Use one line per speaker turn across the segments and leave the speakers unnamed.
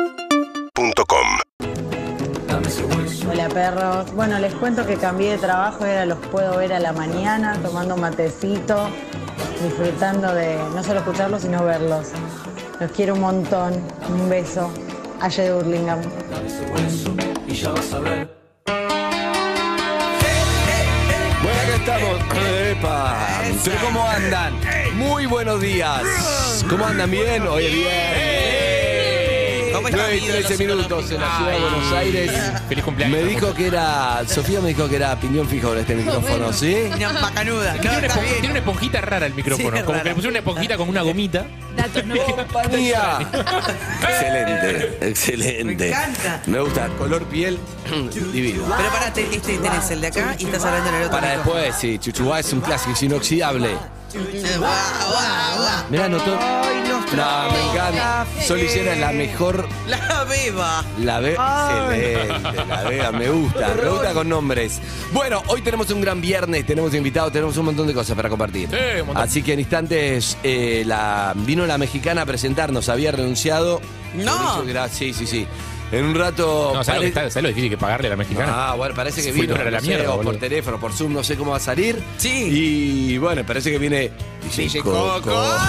UrbanaPlayFM.com
Hola perros. Bueno, les cuento que cambié de trabajo y ahora los puedo ver a la mañana tomando matecito, disfrutando de no solo escucharlos, sino verlos. Los quiero un montón. Un beso. Aye de Hurlingham.
Bueno, acá estamos. ¡Epa! ¿Pero cómo andan? Muy buenos días. ¿Cómo andan? ¿Bien? Hoy es bien.
¿Cómo están,
9 y 13
ídolos
minutos en la ciudad de
económicos?
Buenos Aires.
Feliz cumpleaños.
Me dijo que era. Sofía me dijo que era piñón fijo con este micrófono, ¿sí?
Una macanuda. No,
Tiene una,
está
esponja- tiene
bien.
una esponjita rara el micrófono.
Sí, es
como
rara.
que le pusieron una esponjita con una gomita.
Datos no.
¡Compañía!
Excelente, excelente.
Me encanta.
Me gusta.
Color piel divino.
Pero pará, te- este tenés el de acá y estás hablando en el otro.
Para
micrófono.
después, sí, Chuchuá es un clásico, es inoxidable.
Eh, guau, guau, guau.
Mirá, notó.
ah, Ay, nos
No,
trajo
me encanta.
la
Sol Higuera es la
fe.
mejor
La beba.
La Vega,
Ah.
excelente, la Vega, me gusta, me gusta con nombres. Bueno, hoy tenemos un gran viernes, tenemos invitados, tenemos un montón de cosas para compartir.
Sí, un montón.
Así que en instantes eh, la, vino la mexicana a presentarnos, había renunciado.
No.
Por eso que era- sí, sí, sí. En un rato.
No, ¿sabes, lo que
pare-
está- sabes lo difícil que es pagarle a la mexicana?
Ah, bueno, parece que
Fui
vino
dura la
no sé,
mierda,
o por
boludo.
teléfono, por Zoom, no sé cómo va a salir.
Sí.
Y bueno, parece que viene DJ Coco.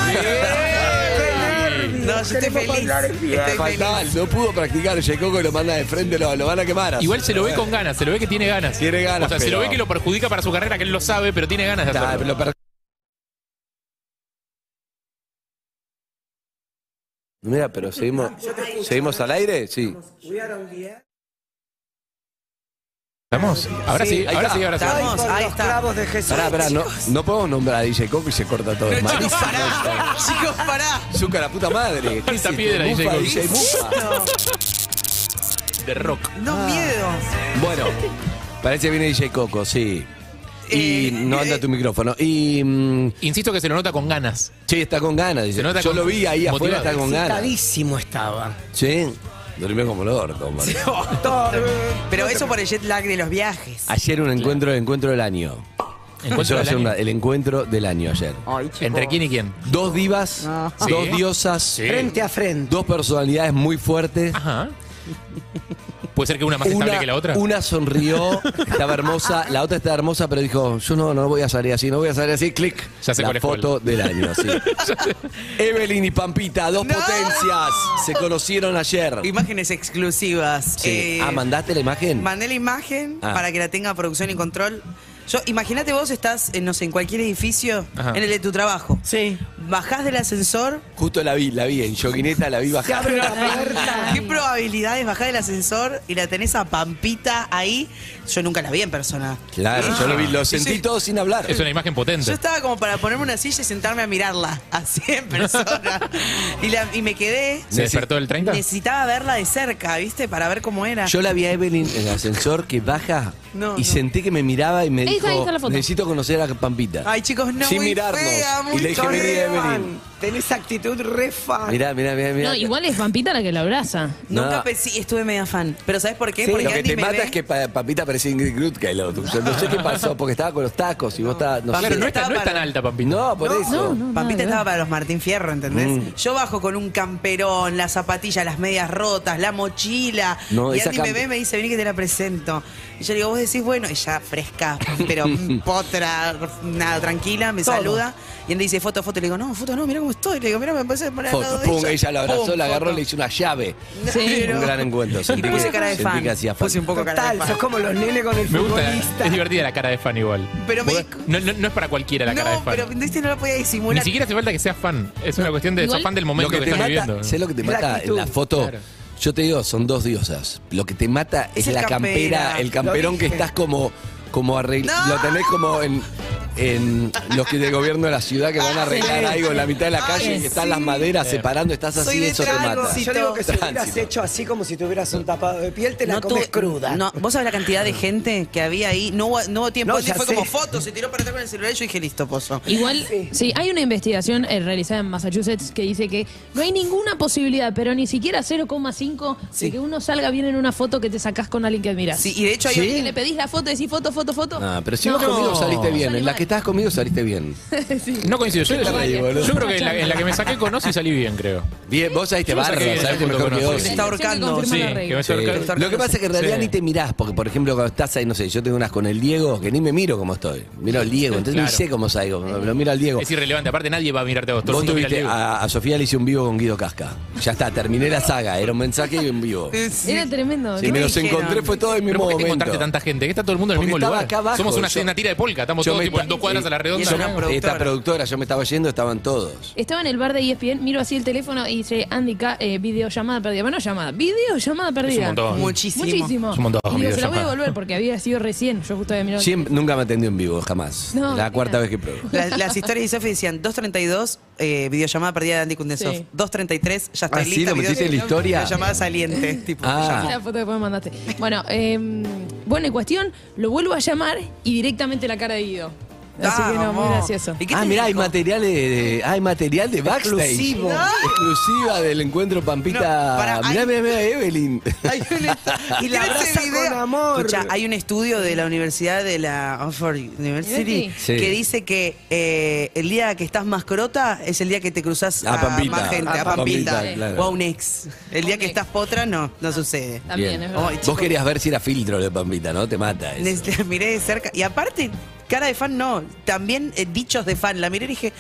No, yo estoy feliz. Estoy feliz.
Fatal, no pudo practicar DJ Coco y lo manda de frente, lo, lo van a quemar. así.
Igual se lo ve con ganas, se lo ve que tiene ganas.
Tiene ganas,
O sea, se
pero-
lo ve que lo perjudica para su carrera, que él lo sabe, pero tiene ganas de
Está,
hacerlo.
lo per- Mira, pero seguimos, seguimos al aire, sí.
¿Estamos? Ahora sí,
Sí, ahí
ahora
está.
sí, ahora sí.
Estamos, ahí está.
de Jesús.
Pará, pará, no, no podemos nombrar a DJ Coco y se corta todo.
Pero, chicos,
Malísimo
pará. Chicos, pará.
esto. Zucca, la puta madre.
Tanta piedra,
Mufa,
DJ Coco.
DJ Mufa.
De rock.
No miedo.
Bueno, parece que viene DJ Coco, sí. Y
Eh,
no anda
eh.
tu micrófono. Y mm,
Insisto que se lo nota con ganas.
sí, está con ganas, dice.
Se nota
Yo
con-
lo vi ahí afuera,
motivado.
está con ganas.
Excitadísimo estaba.
Sí, durmió como el orto, hombre.
Pero eso por el jet lag de los viajes.
Ayer un encuentro, el encuentro del año. Empezó
Encuentro
a
del
hacer
año.
una- el encuentro del año ayer.
¿Entre quién y quién?
Dos divas, dos
Sí.
diosas,
Frente a frente.
dos personalidades muy fuertes.
Ajá. ¿Puede ser que una más estable que la otra?
una sonrió, estaba hermosa, la otra estaba hermosa, pero dijo, yo no, no voy a salir así, no voy a salir así, clic,
Ya sé
la
cuál es
foto del año. sí. Evelyn y Pampita, dos
No.
potencias, se conocieron ayer.
Imágenes exclusivas.
Sí.
Eh,
ah, ¿mandaste la imagen?
Mandé la imagen
Ah.
para que la tenga producción y control. Yo, imagínate vos estás, en, no sé, en cualquier edificio,
Ajá.
en el de tu trabajo.
Sí.
Bajás del ascensor.
Justo la vi, la vi, en Yoguineta la vi bajar.
¿Qué probabilidades bajás del ascensor y la tenés a Pampita ahí? Yo nunca la vi en persona. Ah.
Claro, yo lo vi, lo
Sí,
sentí
sí.
todo sin hablar.
Es una imagen
Yo
potente.
estaba como para ponerme una silla y sentarme a mirarla, así en persona. Y, la- y me quedé.
¿Se despertó el 30?
Necesitaba verla de cerca, ¿viste? Para ver cómo era.
Yo la vi a Evelyn en el ascensor que baja
No,
y
no.
sentí que me miraba y me
Ahí está, ahí
dijo,
está la foto.
necesito conocer a Pampita.
Ay, chicos, no.
Sin
muy
mirarnos.
fea, muy
y le dije,
chorra.
vení Evelyn.
Tenés actitud re
Ah.
fan.
Mirá, mirá, mirá. Eh, mirá.
No, igual es Pampita la que la abraza.
Nunca
No.
pensé, estuve media fan. Pero ¿sabes por qué?
Sí,
Porque
lo que
Andy
te
me
mata
ve-
es que pa- Pampita parecía Ingrid Grutka el otro. Yo no sé qué pasó, porque estaba con los tacos y vos estabas... No,
Claro,
sé.
no es, tan- no es tan
para-
alta, Pampita.
no, por eso. Mm.
Pampita
nada que
estaba para los Martín Fierro, ¿entendés? Yo bajo con un camperón, las zapatillas, las medias rotas, la mochila.
No,
y
esa
Andy me
cam-
ve y me dice, vení que te la presento. Y yo le digo, vos decís, bueno, ella fresca, pero mm, potra, nada, tranquila, me saluda. Y Andy dice, foto, foto. Y le digo, no, foto no, mirá cómo estoy. Le digo, mirá, me parece poner al lado
Foto,
de
pum,
ella.
ella lo abrazó,
Pum,
la agarró,
foto.
le hizo una llave.
Sí.
Un gran encuentro.
Y
Sentí
puse
que-
cara de
sentí
fan.
que hacía falta.
Puse un poco cara de
Total,
fan.
sos como los nenes con el
Me gusta, la-
futbolista.
es divertida la cara de fan igual.
Pero me di-
No, no, no es para cualquiera la cara de
No,
fan.
pero viste, no la podía
Ni
disimular.
siquiera hace falta que seas fan. Es una cuestión de
Igual-
sos fan del momento
lo
que,
que, te
estás
mata,
viviendo.
sé lo que te
Es la
mata en
actitud.
la foto.
Claro.
Yo te digo, son dos diosas. Lo que te mata es,
Es el
la campera,
campera.
el camperón
Lo
que
dije.
estás como, como arreglado.
No.
Lo tenés como en, en los que de gobierno de la ciudad que van a arreglar algo en la mitad de la calle y están las maderas separando, estás
Soy
así,
de
eso te
Trango.
mata. Ah,
Sí,
Yo digo que si hubieras
Tránsito.
hecho así como si tuvieras un tapado de piel, te la comes
tuve-
cruda.
No, vos sabés la cantidad de gente que había ahí. No hubo, no hubo tiempo.
No,
Andy
ya
fue
sé.
como foto, se tiró para atrás con el celular y yo dije, listo, pozo.
Igual,
Sí.
sí. hay una investigación eh, realizada en Massachusetts que dice que no hay ninguna posibilidad, pero ni siquiera 0,5
Sí.
de que uno salga bien en una foto que te sacás con alguien que admiras.
Sí, y de hecho hay
Sí.
Que le pedís la foto, decís foto, foto, foto.
Ah, pero si
No.
vos conmigo saliste bien,
Son
en la
iguales.
que estabas conmigo saliste bien.
No coincido. Yo, yo-
reí, boludo.
yo creo que en la, en la que me saqué con Ozzy salí bien, creo.
Bien, vos saliste
Yo me
bárbaro,
saqué bien,
saliste
yo
mejor
lo
que
conozco.
dos.
Sí,
Está ahorcando.
confirma
Sí,
la
que
regla.
me
Sí.
saqué-
Eh, Lo que pasa es que en realidad
Sí.
ni te mirás, porque por ejemplo cuando estás ahí, no sé, yo tengo unas con el Diego que ni me miro cómo estoy. Miro al Diego, entonces ni
Claro.
sé cómo salgo, lo miro al Diego.
Es irrelevante. Aparte, nadie va a mirarte a vos. Todo
Vos
el mundo mira
tuviste,
al Diego.
a, a Sofía le hice un vivo con Guido Casca. Ya está, terminé la saga, era un mensaje y un vivo.
Era tremendo.
Si me los
dijeron?
encontré fue todo el
¿Pero
mismo
por qué te
momento.
encontraste tanta gente? Que está todo el mundo en el
Porque
mismo
estaba
lugar.
acá abajo,
Somos una,
yo-
una tira de polka. Estamos
Yo
todos
me
tipo,
esta-
en dos cuadras a la
Y
redonda.
eso
Yo-
era
¿no?
una productora.
Esta productora, yo me estaba yendo, estaban todos.
Estaba en el bar de E ESPN, miro así el teléfono y dice, Andy, ca- eh, videollamada perdida. Bueno, no llamada, videollamada perdida.
montón.
Muchísimo.
Muchísimo.
Es un montón,
Y digo, se la voy a
videollamada.
devolver porque había sido recién. Yo justo había mirado.
Siempre- nunca me atendió en vivo, jamás.
No,
la
mira.
cuarta vez que pruebo.
La- las historias de Sofi decían 2.32, eh, videollamada perdida de Andy Kundesov.
Sí.
2.33, ya estoy
¿Ah, sí?
lista.
¿Lo metiste en la
video-
historia?
Videollamada saliente. Tipo,
Ah.
te
Y
llamó.
La foto que vos me mandaste. Bueno, eh, bueno, en cuestión, lo vuelvo a llamar y directamente la cara de Guido. Así que no, muy
Vamos.
gracioso.
¿Y qué
Ah,
te
mirá, hay
dijo?
material de, de- hay material de backstage.
Exclusivo.
Exclusiva del encuentro
No,
Pampita.
pará, hay-
mirá, mirá, mirá, Evelyn.
Hay un estu-
Y
¿Tiene ese
la abraza
video?
con amor.
Escuchá, hay un estudio de la Universidad de la Oxford University
University.
Sí.
que dice que eh, el día que estás más crota es el día que te cruzas
A
a,
Pampita.
más gente,
A
a,
Pampita,
Pampita,
claro.
o a un ex. El día que estás potra no, no sucede.
También,
Bien.
es verdad.
Ay,
Vos
chicos.
querías ver si era filtro de Pampita, ¿no? Te mata eh. eso.
Les- La miré de cerca. Y aparte, cara de fan no, también eh, dichos de fan. La miré y dije,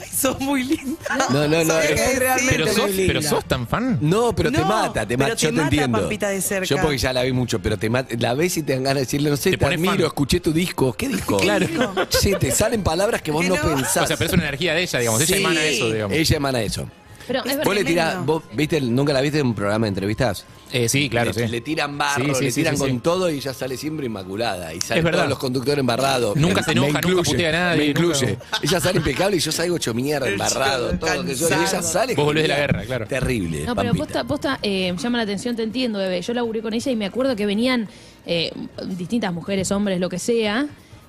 ay, sos muy linda.
No, no, no,
Sabía
es-
que decir.
realmente
Pero sos,
muy
pero
linda.
sos tan fan.
No, pero te
No,
mata, te mata.
pero
Yo
te
te
mata
entiendo.
Pampita de cerca.
Yo porque ya la vi mucho, pero te mata, la ves y te dan ganas de decirle, no sé, te,
Te pones
admiro,
fan.
escuché tu disco. ¿Qué disco? claro. Sí, te salen palabras que vos
Que
no,
no.
pensás.
O sea, pero es una energía de ella, digamos. Ella
Sí.
emana eso, digamos.
Ella emana eso.
Pero es
Vos le
verdad.
tirás, vos, ¿viste, el- ¿nunca la viste en un programa de entrevistas?
Eh, sí, claro,
le,
sí.
le tiran barro,
Sí, sí,
le
sí,
tiran
sí,
con
sí.
todo y ya sale siempre inmaculada. Y
Es
salen
verdad.
todos los conductores embarrados.
Nunca
Me-
se enoja,
me
nunca
incluye,
putea a nadie,
Me
nunca-
incluye. Ella sale impecable y yo salgo hecho mierda, embarrado, todo. Que yo, y ella
Cansado.
sale
Vos volvés de la
genial.
guerra, claro.
Terrible.
No, pero
Pampita.
posta, posta eh, llama la atención, te entiendo, bebé. Yo laburé con ella y me acuerdo que venían eh, distintas mujeres, hombres, lo que sea,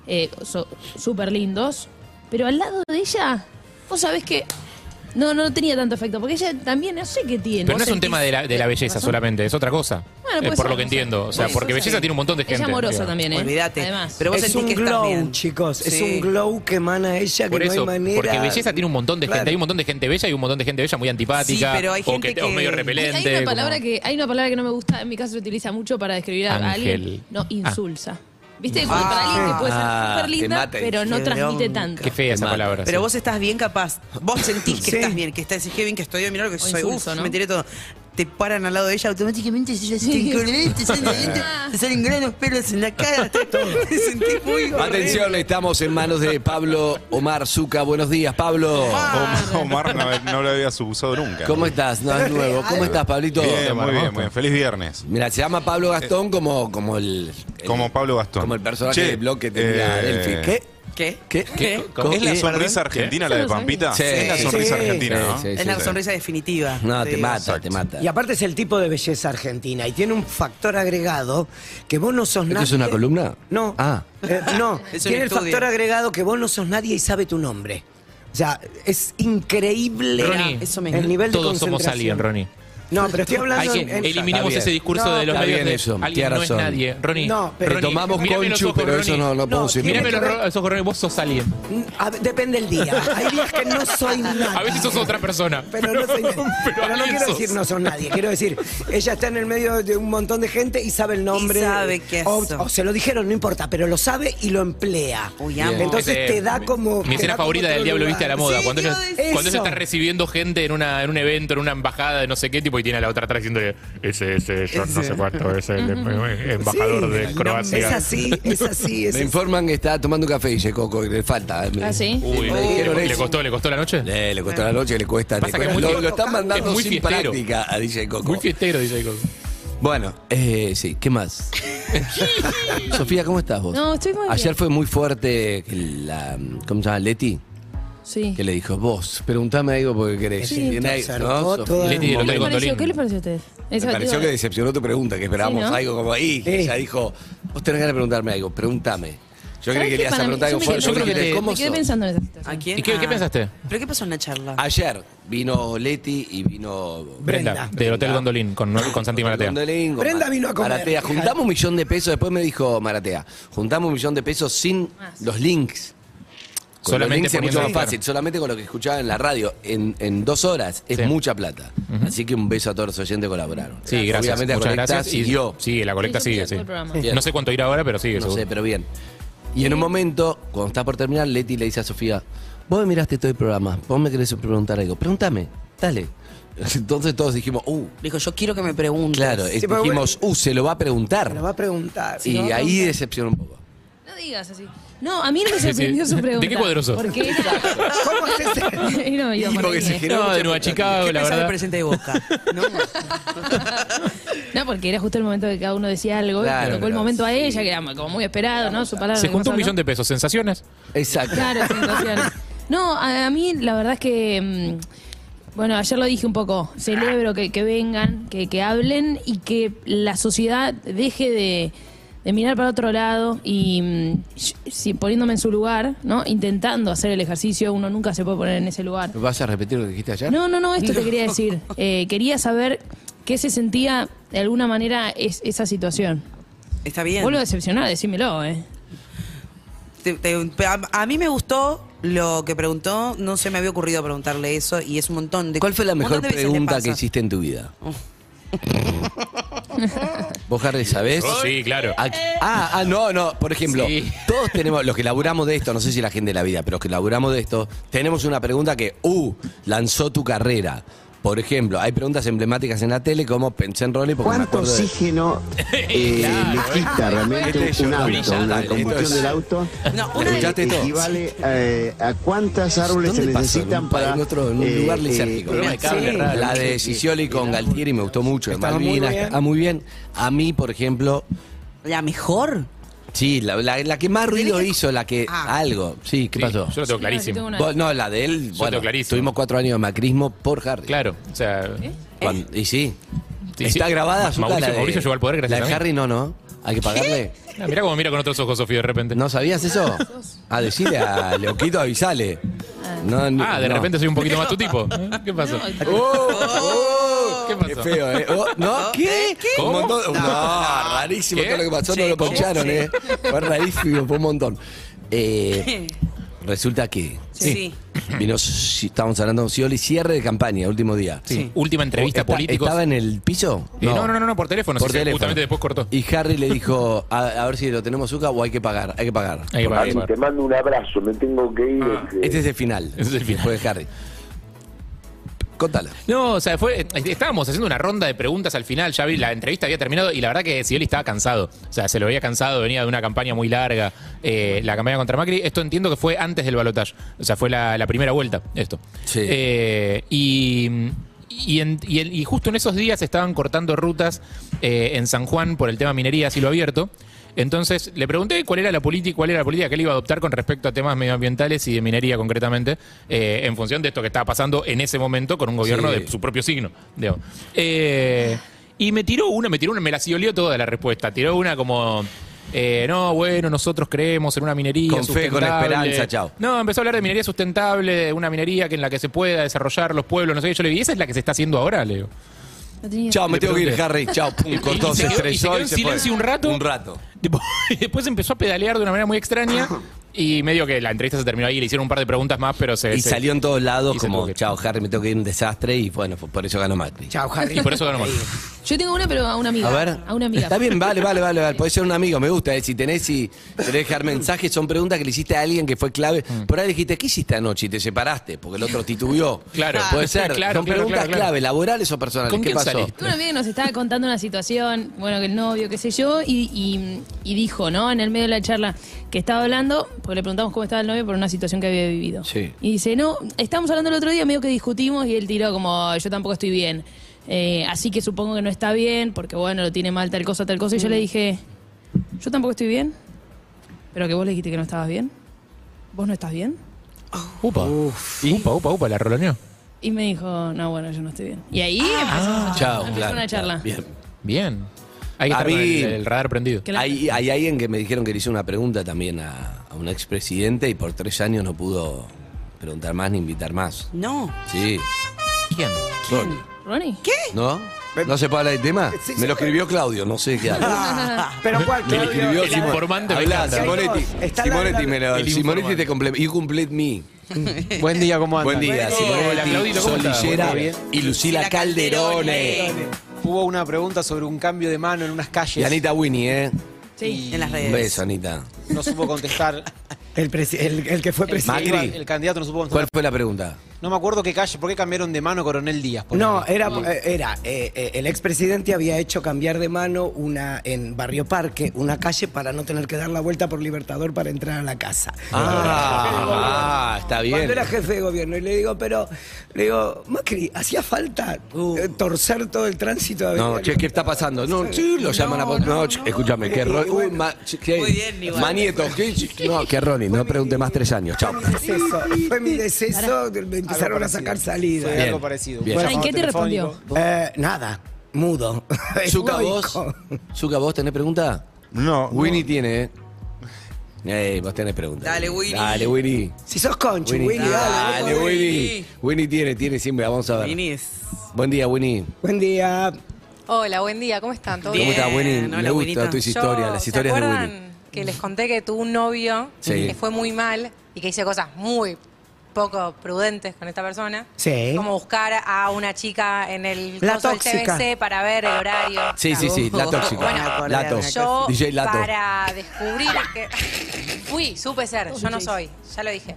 eh, so- súper lindos, pero al lado de ella, vos sabés que no, no tenía tanto efecto, porque ella también, no sé qué tiene.
Pero no es
Vos
un
sentís-
tema de la, de la belleza
razón.
solamente, es otra cosa.
Bueno,
Eh,
puede
por
ser,
lo que
no sé.
entiendo. O sea,
Puede
porque
ser.
belleza tiene un montón de gente.
Ella amorosa
digo.
también, ¿eh?
Olvídate.
Además.
Pero vos
es
sentís
un
que estás
glow,
bien.
chicos. Es
Sí.
un glow que emana ella
Por
que
eso,
no hay manera.
porque belleza tiene un montón de gente.
Claro.
Hay un montón de gente bella y un montón de gente bella muy antipática.
Sí, pero hay gente
o que, o
que-
medio
Hay- hay
Hay-
repelente.
Hay una,
como-
palabra que, hay una palabra que no me gusta, en mi caso se utiliza mucho para describir a
Ángel. Ah.
alguien. No, insulsa. ¿Viste?
Ah,
Como para alguien que puede ser
ah,
súper
te
linda,
mata y
pero no
te
transmite
bronca.
tanto.
Qué fea esa
Te mata.
palabra.
Pero
sí.
vos estás bien capaz. Vos sentís que
Sí.
estás bien, que estás qué bien que estoy yo, mirá lo que soy.
insulso,
Uf,
¿no?
me tiré todo. Te paran al lado de ella automáticamente, se te encorvés, te salen, te salen granos pelos en la cara, te, te sentís muy horrible.
Atención, estamos en manos de Pablo Omar Zuca. Buenos días, Pablo.
Omar, Omar eh, no, no lo había usado nunca.
¿Cómo estás? No, es nuevo. ¿Cómo estás, Pablito?
Bien, muy bien, muy bien. Feliz viernes.
Mira, se llama Pablo Gastón como, como el, el-
Como Pablo Gastón.
Como el personaje
Che,
del blog que tenía
eh,
Delphi. ¿Qué?
¿Qué?
¿Qué?
¿Qué?
¿Cómo?
¿Es la
Eh,
sonrisa argentina la de
Eso no sabía.
Pampita?
Sí.
Es la sonrisa
Sí.
argentina, ¿no?
Sí, sí,
Es
sí.
la sonrisa definitiva.
No, te
digo.
mata,
Exacto.
te mata.
Y aparte es el tipo de belleza argentina y tiene un factor agregado que vos no sos
¿Esto
nadie.
es una columna?
No.
Ah.
Eh, no,
Es un
tiene el
estudio.
factor agregado que vos no sos nadie y sabe tu nombre. O sea, es increíble
Ronnie,
eso me-
el nivel de
todos somos
concentración.
alguien, Ronnie.
No, pero estoy
Hay
hablando
que,
en- en-
eliminemos
Está bien.
ese discurso
No,
de los
está
medios
bien
de
eso,
alguien
tiene
no es
razón.
nadie. Ronnie,
No, pero-
Ronnie,
Tomamos
mírame los
conchu,
ojos,
pero eso
Ronnie.
no, no podemos
No,
ir.
tiene
Mírame los,
que
ro- los ojos, Ronnie, vos sos alguien.
A ver, depende del día. Hay días que no soy nada.
A veces sos otra persona.
Pero, no, soy nadie. Pero no
alguien
quiero
sos.
decir no son nadie, quiero decir, ella está en el medio de un montón de gente y sabe el nombre.
Y sabe qué
o,
es.
o se lo dijeron, no importa, pero lo sabe y lo emplea.
Uy, amo.
Entonces
Ese-
te da como.
Mi escena favorita del Diablo Viste a la Moda.
Sí,
cuando
quiero
ellos,
decir
cuando ellos
eso.
están recibiendo gente en, una, en un evento, en una embajada de no sé qué tipo, y tiene a la otra atrás diciéndole, ese, ese, yo no sé cuánto, es el em- embajador de Croacia.
Es así, es así, es
Me
así.
informan que está tomando un café, dice Coco, y le falta. eh,
¿Ah, sí?
Uy,
Me dijeron
¿le, le
eso.
costó, ¿le costó la noche?
Eh, le costó la noche, le cuesta. le
Pasa que es
cuesta.
muy
lo, lo están mandando
es muy
sin
fiestero.
práctica a DJ Coco.
Muy fiestero, dice Coco.
Bueno, eh, sí, ¿qué más? Sofía, ¿cómo estás vos?
No, estoy muy bien.
Ayer fue muy fuerte la. ¿Cómo se llama? Leti.
Sí.
Que le dijo, vos, preguntame algo porque querés.
Sí,
Y viene
te
ahí,
observó
¿no? Sofía?
todo el
Leti del
¿Qué
Hotel
les pareció?
Gondolín.
¿Qué les pareció a ustedes? Eso,
Me pareció
digo,
que decepcionó tu pregunta, que esperábamos
Sí, ¿no?
algo como ahí.
Sí.
Ella dijo, vos tenés ganas de preguntarme algo, pregúntame. Yo creí
¿sabés
que
qué?
le ibas a
Para mí-
preguntar algo
me
fuerte.
quedé-
Yo creo que
dijiste,
te-
¿cómo
Me quedé
sos?
pensando en esa situación.
¿A quién?
¿Y qué- qué
Ah.
pensaste?
¿Pero qué pasó en la charla?
Ayer vino Leti y vino
Brenda.
del Hotel Gondolín, con, con Santi Maratea.
Gondolín, con
Brenda
Mar-
vino a comer.
Maratea, juntamos un millón de pesos, después me dijo Maratea, juntamos un millón de pesos sin los links. Con los
Solamente
links es mucho
poniendo-
más fácil, solamente con lo que escuchaba en la radio, en, en dos horas, es
Sí.
mucha plata. Así que un beso a todos los oyentes que colaboraron.
Sí, gracias.
Obviamente la
Muchas
colecta
gracias. Y-
siguió.
Sigue, la colecta
Sí, yo
sigue,
sigo
sí.
todo el programa.
No sé cuánto irá ahora, pero sigue,
No
seguro.
sé, pero bien. Y en un momento, cuando está por terminar, Leti le dice a Sofía, vos me miraste todo el programa, vos me querés preguntar algo, pregúntame, dale. Entonces todos dijimos, uh,
Dijo, yo quiero que me preguntes.
claro, es-
pero
dijimos, uh, se lo va a preguntar.
Lo va a preguntar.
y ahí decepcionó un poco.
No digas así. No, a mí no me
sí.
sorprendió su
¿De
pregunta.
qué cuadro sos?
Porque
¿Cómo haces eso?
y no, iba
Y
por
porque
ahí,
se
eh.
generó-
No, de Nueva Chicago,
¿Qué
la
pensás del
verdad.
presidente de Boca? No.
No, porque era justo el momento que cada uno decía algo.
Claro,
le tocó el
pero
momento a
sí.
ella, que era como muy esperado, ¿no? Su palabra.
Se
que
juntó
cosa,
un millón
¿no?
de pesos. ¿Sensaciones?
Exacto.
Claro, sensaciones. No, a, a mí la verdad es que. mm, Bueno, ayer lo dije un poco. Celebro que, que vengan, que, que hablen y que la sociedad deje de, de mirar para otro lado y mm, yo- si, poniéndome en su lugar, ¿no? Intentando hacer el ejercicio, uno nunca se puede poner en ese lugar.
¿Vas a repetir lo que dijiste ayer?
No, no, no, esto te quería decir. Eh, quería saber qué se sentía de alguna manera es- esa situación.
Está bien.
Vuelvo a decepcionar, decímelo, ¿eh?
Te- te- a, a mí me gustó lo que preguntó, no se me había ocurrido preguntarle eso y es un montón de
¿Cuál fue la
un
mejor
montón de veces le
pregunta
pasa.
que hiciste en tu vida? Vos, Harry, ¿sabés?
Oh, Sí, claro.
A- Ah, ah, no, no. Por ejemplo,
Sí.
todos tenemos, los que laburamos de esto, no sé si la gente de la vida, pero los que laburamos de esto, tenemos una pregunta que, uh, lanzó tu carrera. Por ejemplo, hay preguntas emblemáticas en la tele como pensé en Rolly porque me
¿Cuánto
acuerdo de-
oxígeno eh,
Claro,
le quita realmente
Este
un
yo,
auto,
brillante,
la
esto
combustión
es-
del auto?
No, una de
Escuchaste todo.
Equivale eh, a cuántas árboles se
¿Dónde pasó? En
necesitan
un, pa-
para.
en otro- en un
eh,
lugar
eh,
lisérgico.
eh,
de cable,
Sí.
raro.
La de Sicioli con Galtieri me gustó mucho. En
Estaba muy
Malvinas.
bien.
Ah, muy bien. A mí, por ejemplo,
la mejor.
sí, la, la- la que más ruido hizo, la que
Ah.
algo. Sí, ¿qué
Sí,
pasó?
Yo lo tengo
Claro, yo tengo
clarísimo.
una-
Vos- no, la de él,
Yo
bueno,
tengo clarísimo.
tuvimos cuatro años de macrismo por Harry.
Claro, o sea.
Cuando- y sí.
Sí,
Está
sí.
grabada su
Mauricio-
cara de-
Mauricio llegó al poder gracias
La de
a mí.
Harry no, no. Hay que pagarle.
Ah, mirá cómo mira con otros ojos, Sofía, de repente.
¿No sabías eso? Ah, A decirle a Leoquito, avisale. No, no,
Ah, de
no.
repente soy un poquito más tu tipo. ¿Eh? ¿Qué pasó?
¡Oh! ¡Oh!
¿Qué
Qué
pasó?
feo, ¿eh? Oh, ¿No? ¿Qué?
¿Cómo?
Un montón- No, rarísimo
¿Qué?
todo lo que pasó. no
Sí,
lo poncharon,
sí.
¿eh? Fue rarísimo, fue un montón. Eh, resulta que
Sí.
vino, estábamos hablando de Scioli, cierre de campaña, último día.
Sí. Última entrevista
Está-
política.
¿Estaba en el piso?
no. no, no, no, no, por teléfono.
Por
sí, sí,
teléfono.
Justamente después cortó.
Y Harry le dijo, a, a ver si lo tenemos Zucca o hay que pagar, hay que pagar.
Ahí va, ahí va.
Te mando un abrazo, me tengo que ir. este,
Este es el final.
Ese Ah, es el final.
Después de Harry. Contala.
No, o sea, fue. eh, Estábamos haciendo una ronda de preguntas al final. Ya vi, la entrevista había terminado y la verdad que Scioli estaba cansado. O sea, se lo veía cansado, venía de una campaña muy larga, eh, la campaña contra Macri. Esto entiendo que fue antes del balotaje. O sea, fue la, la primera vuelta, esto.
Sí.
Eh, y. Y, en- y el- y justo en esos días estaban cortando rutas eh, en San Juan por el tema minería a cielo abierto. Entonces le pregunté cuál era la política, cuál era la política que él iba a adoptar con respecto a temas medioambientales y de minería concretamente, eh, en función de esto que estaba pasando en ese momento con un gobierno
Sí.
de su propio signo. digamos. Eh, y me tiró una, me tiró una, me la siguió toda la respuesta. Tiró una como. eh, no, bueno, nosotros creemos en una minería
Con fe, con
sustentable.
esperanza, chao.
No, empezó a hablar de minería sustentable, de una minería que en la que se pueda desarrollar los pueblos, no sé qué. Yo le digo, ¿y esa es la que se está haciendo ahora? Le digo.
No tenía-
Chao, me
Le
tengo que ir,
pregunté.
Harry. Chao, pum, cortó, se
y se quedó- y se
estrelló
quedó
y
en
se
silencio
fue.
un rato.
Un rato.
Tipo, y después empezó a pedalear de una manera muy extraña y medio que la entrevista se terminó ahí, le hicieron un par de preguntas más, pero se...
Y
se-
salió en todos lados
Y se tuvo
como,
que ir.
chao, Harry, me tengo que ir, un desastre. Y bueno, fue- por eso ganó Macri.
Chao, Harry.
Y por eso ganó mal.
Yo tengo una, pero a una amiga.
A ver.
A una amiga.
Está bien, vale, vale, vale, vale. Podés ser un amigo, me gusta. eh. Si tenés si querés dejar mensajes, son preguntas que le hiciste a alguien que fue clave.
Mm.
Por ahí dijiste, ¿qué hiciste anoche? Y te separaste, porque el otro titubeó.
Claro.
Puede ser.
Claro,
son
claro,
preguntas
claro, claro.
clave, laborales o personales.
¿Con
¿Qué
quién
pasó?
saliste?
Una amiga que nos estaba contando una situación, bueno, que el novio, qué sé yo, y, y- y dijo, ¿no? En el medio de la charla que estaba hablando, porque le preguntamos cómo estaba el novio por una situación que había vivido.
Sí.
Y dice, no, estábamos hablando el otro día, medio que discutimos y él tiró como, yo tampoco estoy bien. Eh, así que supongo que no está bien, porque bueno, lo tiene mal tal cosa, tal cosa. Y
Mm.
yo le dije, yo tampoco estoy bien, pero que vos le dijiste que no estabas bien. ¿Vos no estás bien?
Upa. Y- Upa, upa, upa, la roloneó.
Y me dijo, no, bueno, yo no estoy bien. Y ahí empezó,
Ah. Chao.
empezó
claro,
Ah, una
claro,
charla.
bien.
Bien. Hay que
A
estar con
mí-
el, el radar prendido.
Claro.
Hay, hay alguien que me dijeron que le hizo una pregunta también a, a un expresidente y por tres años no pudo preguntar más ni invitar más.
No.
Sí.
¿Quién?
Rolly.
¿Ronnie?
¿No? ¿No se puede hablar del tema?
Sí,
Me
se
lo escribió Claudio, no sé qué habla.
Ah, Pero eh, cuál,
Me lo
Claudio?
escribió
El-
Simón. informante me
Habla,
encanta.
Simonetti.
Está la-
Simonetti me lo-
el
Simonetti
informante.
te completa. You complete me.
Buen día, ¿cómo andan?
Buen día,
Hola,
Simonetti,
Claudito, ¿cómo
Sol
estás?
Lillera
Bien.
y Lucila
Lucila
Calderone.
Calderone.
Hubo una pregunta sobre un cambio de mano en unas calles.
Y Anita Winnie, ¿eh?
Sí.
en las
Un
redes.
beso, Anita.
No supo contestar.
El, presi- el- el que fue presidente.
Macri.
El candidato no supo
¿Cuál
contestar.
fue la pregunta?
No me acuerdo qué calle, ¿por qué cambiaron de mano Coronel Díaz? por
No,
ejemplo?
era, eh, era eh, eh, el expresidente había hecho cambiar de mano una en Barrio Parque, una calle para no tener que dar la vuelta por Libertador para entrar a la casa.
Ah, ah, está bien.
Cuando era jefe de gobierno y le digo, pero le digo, Macri, hacía falta eh, torcer todo el tránsito.
Uh.
de
No,
Avenida
che, ¿qué está pasando? No, sí, lo llaman a vos. No, che, escúchame, que Ronnie. Uy, ma- che, ¿qué?
Muy bien, igual.
Manieto, ¿qué? No, que Ronnie, no pregunte más tres años. Chao.
Fue mi deceso, fue mi deceso, me empezaron a sacar salida.
Fue algo
Bien.
parecido.
Bien.
Un
¿En qué te
llamado
respondió?
telefónico.
Eh, nada, mudo.
Zuka, vos.
Estoico.
Zuka, vos tenés pregunta?
No,
Winnie tiene, ¿eh? Ey, vos tenés pregunta.
Dale, Winnie.
Dale, Winnie.
Si sos conchu,
Winnie,
Willy, dale.
dale,
vamos,
Winnie.
Winnie.
Winnie tiene, tiene siempre, vamos a ver.
Vinís.
Buen día, Winnie.
Buen día.
Hola, buen día, ¿cómo están? ¿Todo
¿Cómo
Bien,
estás, Winnie?
hola,
Me gusta
Winita.
tus
Yo,
historias, las
¿se
historias de
acuerdan
Winnie.
Que les conté que tuve un novio
Sí.
que fue muy mal y que hice cosas muy poco prudentes con esta persona.
Sí.
Como buscar a una chica en el
¿Eh? La
coso del
tóxica.
TBC para ver el horario.
Sí, sí, sí, la tóxica.
Bueno,
Lato.
Yo
DJ Lato.
para descubrir que fui, supe ser, yo no soy, ya lo dije.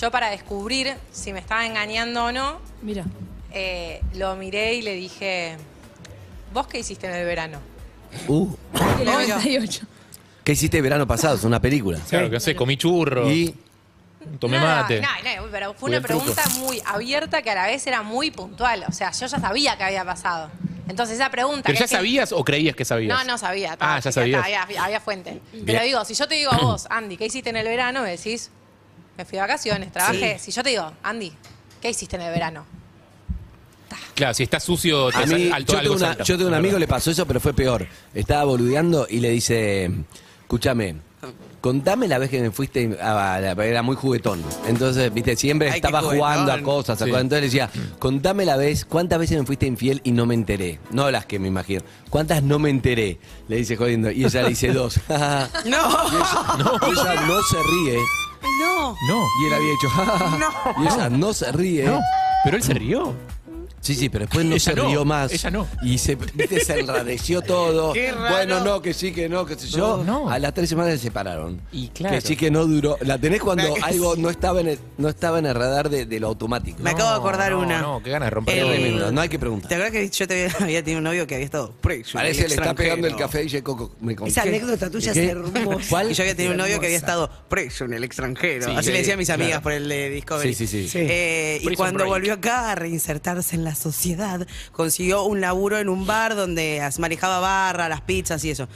Yo para descubrir si me estaba engañando o no,
Mira.
eh, lo miré y le dije, ¿vos qué hiciste en el verano?
Uh,
El
Obvio.
98.
¿Qué hiciste el verano pasado? Es una película.
Claro, que no sé, comí churro,
Y
tomé
Nada,
mate.
No, no, pero fue
Jugué
una pregunta
truco.
muy abierta que a la vez era muy puntual. O sea, yo ya sabía que había pasado. Entonces esa pregunta...
¿Pero
que
ya
es que-
sabías o creías que sabías?
No, no sabía. estaba-
Ah, ya sabías.
estaba- Había, había fuente.
Bien.
Pero digo, si yo te digo a vos, Andy, ¿qué hiciste en el verano? Me decís, me fui de vacaciones, trabajé. Si yo te digo, Andy, ¿qué hiciste en el verano?
Claro, si está sucio, te
a mí,
sal- alto
yo
algo
tengo, una-
salta.
yo tengo un
Es
amigo,
verdad.
le pasó eso, pero fue peor. Estaba boludeando y le dice, escúchame, contame la vez que me fuiste, a, a- a- era muy juguetón. Entonces, viste, siempre
Ay, qué
estaba jugando a
juguetón.
cosas, a
Sí.
cosas. Entonces le decía, contame la vez, cuántas veces me fuiste infiel y no me enteré. No las que me imagino. ¿Cuántas no me enteré? Le dice jodiendo. Y ella le dice dos. Y ella- y ella no se ríe.
No.
No,
Y él había dicho, no. Y ella no se ríe.
no. Pero él se rió.
Sí, sí, pero después no
Ella
se
no,
rió más.
ella no.
Y se, viste, se enradeció todo.
Qué raro.
Bueno, no, que sí, que no, que sé yo.
No, no.
A las tres semanas se separaron.
Y claro.
Que sí, que no duró. La tenés cuando algo no estaba en el, no estaba en el radar de, de lo automático.
Me acabo de acordar
no,
una.
No, qué ganas de romper.
El-
Tremendo, no hay que
¿Te
preguntar.
acuerdas que yo te había, había tenido un novio que había estado preso?
Parece que le está pegando el café y dice, Coco, me conté.
Esa anécdota tuya
¿Qué?
es hermosa.
¿Cuál?
Y yo había tenido un novio que había
Hermosa.
estado preso en el extranjero.
Sí,
Así
sí,
le decía a mis
claro.
amigas por el de Discovery.
Sí, sí, sí. Sí.
Eh, y
Prison
cuando
Break.
volvió acá a reinsertarse en la sociedad, consiguió un laburo en un bar donde as- manejaba barra, las pizzas y eso.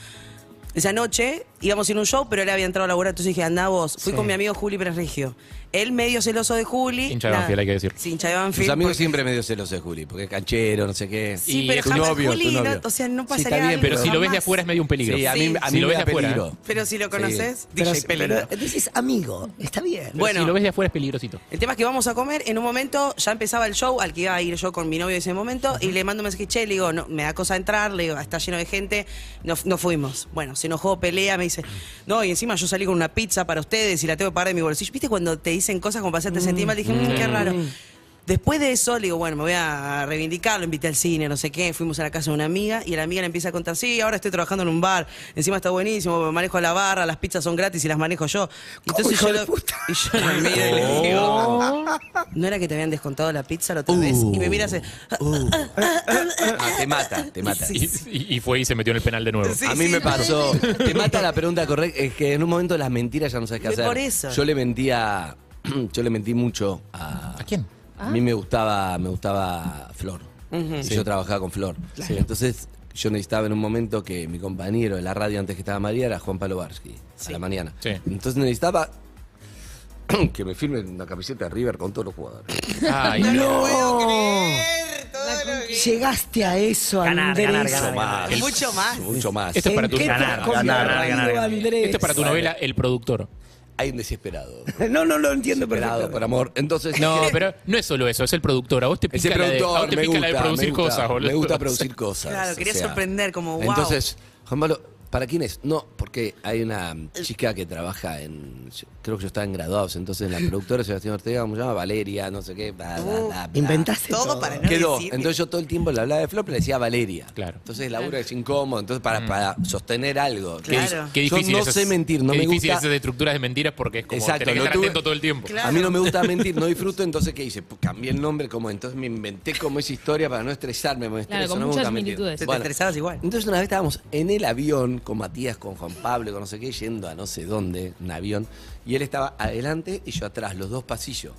Esa noche íbamos a ir a un show, pero él había entrado a laburar, entonces dije, andá vos. Fui con mi amigo Juli Presrigio. Él medio celoso de Juli.
Hincha de
nada.
Banfield, hay que decirlo.
Sí, hincha de
Tus
Banfield.
amigos
porque-
siempre medio celosos de Juli, porque es canchero, no sé qué.
Sí,
Y
pero
tu
jamás
novio, tu
Juli, no-
novio.
o sea, no
Sí,
pasaría
está bien,
algo,
Pero si lo ves de
jamás.
afuera es medio un peligro.
Sí, a mí, a mí
si lo
me
ves de
da
afuera.
peligro.
Pero si lo conoces,
Pero,
DJ
pero
Peligro.
dices amigo, está bien.
Bueno.
Bueno.
Si lo ves de afuera es peligrosito.
El tema es que vamos a comer, en un momento ya empezaba el show al que iba a ir yo con mi novio en ese momento y le mando un mensaje, che, le digo, no, me da cosa entrar, le digo, está lleno de gente, no, no fuimos. Bueno, se enojó, pelea, me dice, no, y encima yo salí con una pizza para ustedes y la tengo que pagar de mi bolsillo. ¿Viste cuando te dicen cosas como para hacerte sentir mal? Dije, "Mm, qué raro. Después de eso, le digo, bueno, me voy a reivindicar, lo invité al cine, no sé qué, fuimos a la casa de una amiga y la amiga le empieza a contar, sí, ahora estoy trabajando en un bar, encima está buenísimo, manejo la barra, las pizzas son gratis y las manejo yo. Entonces
hijo
yo
de
lo-
puta?
y yo lo miro y le digo, ¿no era que te habían descontado la pizza la otra vez? Y me miras,
Ah, te mata, te mata.
Y, y- y fue y se metió en el penal de nuevo.
Sí,
a mí
sí,
me
no.
pasó. Te mata la pregunta correcta. Es que en un momento las mentiras ya no sabes qué
Fue
hacer.
por eso.
Yo le mentía. Yo le mentí mucho a.
¿A quién?
A mí me gustaba, me gustaba Flor.
Mm.
Y Yo trabajaba con Flor. Entonces, yo necesitaba en un momento que mi compañero de la radio antes que estaba María era Juan Palovarsky, a la mañana.
Sí.
Entonces necesitaba que me firmen una camiseta de River con todos los jugadores.
Ay,
Llegaste a eso, Andrés.
Mucho más.
Mucho más.
Mucho más.
Esto Este es para
¿En
tu Este
qué te
ganar,
has convertido,
ganar,
Andrés?
Esto es para tu novela El Productor.
hay un desesperado.
No, no lo entiendo
Desesperado
perfectamente.
por amor. Entonces.
No, pero no es solo eso, es el productor. A vos te pica,
Ese
la, de, a vos
productor,
te
me
pica la de
gusta,
producir
me gusta,
cosas, boludo.
Me gusta producir cosas.
Claro, quería sorprender, como, wow.
Entonces, Juan Pablo, ¿para quién es? No, porque hay una chica que trabaja en. yo- Creo que yo estaba en graduados, entonces la productora de Sebastián Ortega, ¿cómo se llama? Valeria, no sé qué. bla, bla, bla, bla.
Inventaste
Todo
todo.
para no
Quedó.
decir.
Entonces yo todo el tiempo le hablaba de Flor, pero le decía Valeria.
Claro. Mm.
Entonces el laburo es incómodo, entonces para, para sostener algo.
Qué, di-
Claro.
qué
Yo
difícil
no
esas-
sé mentir, no
qué
me
difícil
gusta-
esas estructuras de mentiras porque es como
Exacto,
tenés que
lo
estar
tuve-
atento todo el tiempo.
Claro.
A mí no me gusta mentir, no disfruto, entonces ¿qué hice? Pues, cambié el nombre, como entonces me inventé como esa historia para no estresarme, me
Claro,
estreso,
con
no me
muchas
gusta mentir.
similitudes.
Te, te
Bueno,
estresabas igual.
entonces una vez estábamos en el avión con Matías, con Juan Pablo, con no sé qué, yendo a no sé dónde, un avión, y él estaba adelante y yo atrás, los dos pasillos.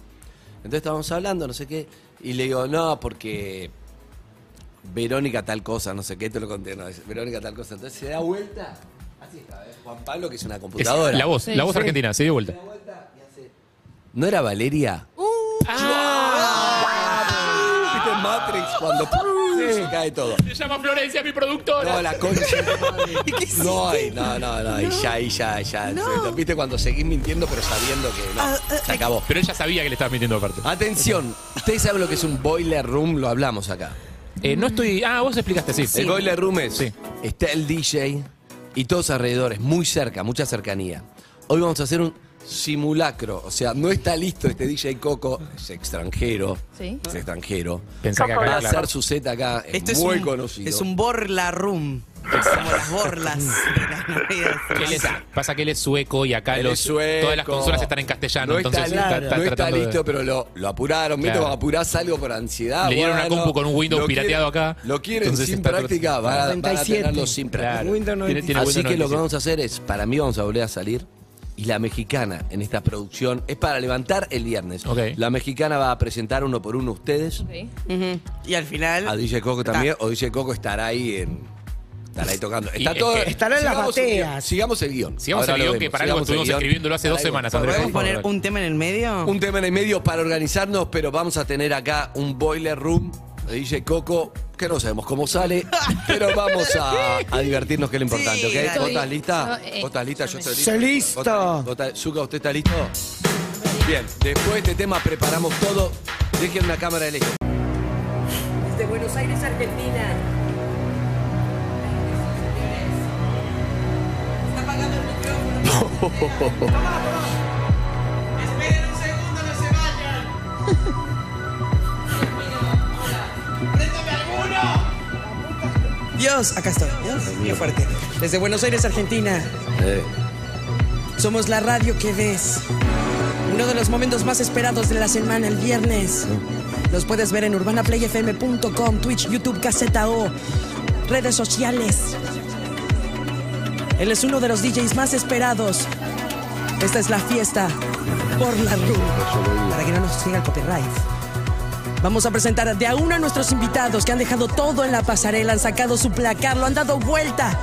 Entonces estábamos hablando, no sé qué, y le digo, no, porque Verónica tal cosa, no sé qué, te lo conté, no, es Verónica tal cosa. Entonces se da vuelta, así está, ¿eh? Juan Pablo, que es una
Es
computadora.
la voz,
Sí,
la voz
sí.
argentina, se dio vuelta.
¿No era Valeria? ¿Viste Matrix cuando se cae todo?
Se llama Florencia, mi productora.
No, la concha. de madre. No, ay, no, no, no, y ya, y ya, y ya. ¿Viste cuando seguís mintiendo pero sabiendo que
Ah, ah,
no? Se acabó.
Pero ella sabía que le estabas mintiendo aparte.
Atención, ustedes saben lo que es un boiler room, lo hablamos acá.
Eh, no estoy. Ah, vos explicaste, sí.
El boiler room es,
Sí.
está el DJ y todos alrededores, muy cerca, mucha cercanía. Hoy vamos a hacer un simulacro, o sea, no está listo este DJ Coco, es extranjero,
Sí.
es extranjero.
Pensá que acá,
Va a
claro.
hacer su set acá, es
Esto Este es
muy
un,
conocido.
Es un borla room. Como las borlas de las navidades.
Que él es- pasa que él es sueco y acá
Él
los,
es sueco.
todas las consolas están en castellano,
No está,
entonces
listo,
está, está
no está
tratando de-
listo, pero lo, lo apuraron. Mira,
Claro.
cuando apurás algo por ansiedad.
Le dieron una
bueno,
compu con un Windows
lo quieren-
pirateado acá.
Lo quieren
Entonces
sin
está todo-
práctica, van a, van a
97.
tenerlo sin práctica.
Claro.
Windows
Tiene- tiene
Así
Windows
que lo que
97.
vamos a hacer es, para mí vamos a volver a salir. Y la mexicana en esta producción es para levantar el viernes.
Ok.
La mexicana va a presentar uno por uno a ustedes.
Ok.
Ujú. Y al final.
A DJ Coco también. O DJ Coco estará ahí en. Estará ahí tocando. Está
es
todo,
que-
Estará en las
sigamos el guión,
bateas.
Sigamos el guión.
Sigamos
Ahora
el
lo
guión, que
vemos,
para algo
sigamos el
estuvimos
guión.
escribiéndolo hace dos
Ahí va.
semanas, Andrés. por
¿Podemos
favor,
poner
dale.
un tema en el medio?
Un tema en el medio para organizarnos, pero vamos a tener acá un boiler room de DJ Coco, que no sabemos cómo sale, pero vamos a, a divertirnos, que es lo importante,
Sí,
¿ok?
dale.
¿Vos estás lista?
Yo, eh,
¿Vos estás lista? Yo
yo
estoy
me-
listo.
¡Estoy
¿Vos estás-
listo!
vos estás- Zuka, ¿usted está listo? Bien, después de este tema preparamos todo. Dejen una cámara de lejos.
Desde Buenos Aires, Argentina.
Dios, acá estoy. Dios, qué fuerte. Desde Buenos Aires, Argentina. Somos la radio que ves. Uno de los momentos más esperados de la semana, el viernes. Los puedes ver en urbanaplayfm.com, Twitch, YouTube, Caseta O, redes sociales. Él es uno de los DJs más esperados. Esta es la fiesta por la RUM. Para que no nos siga el copyright. Vamos a presentar de a uno a nuestros invitados que han dejado todo en la pasarela, han sacado su placar, lo han dado vuelta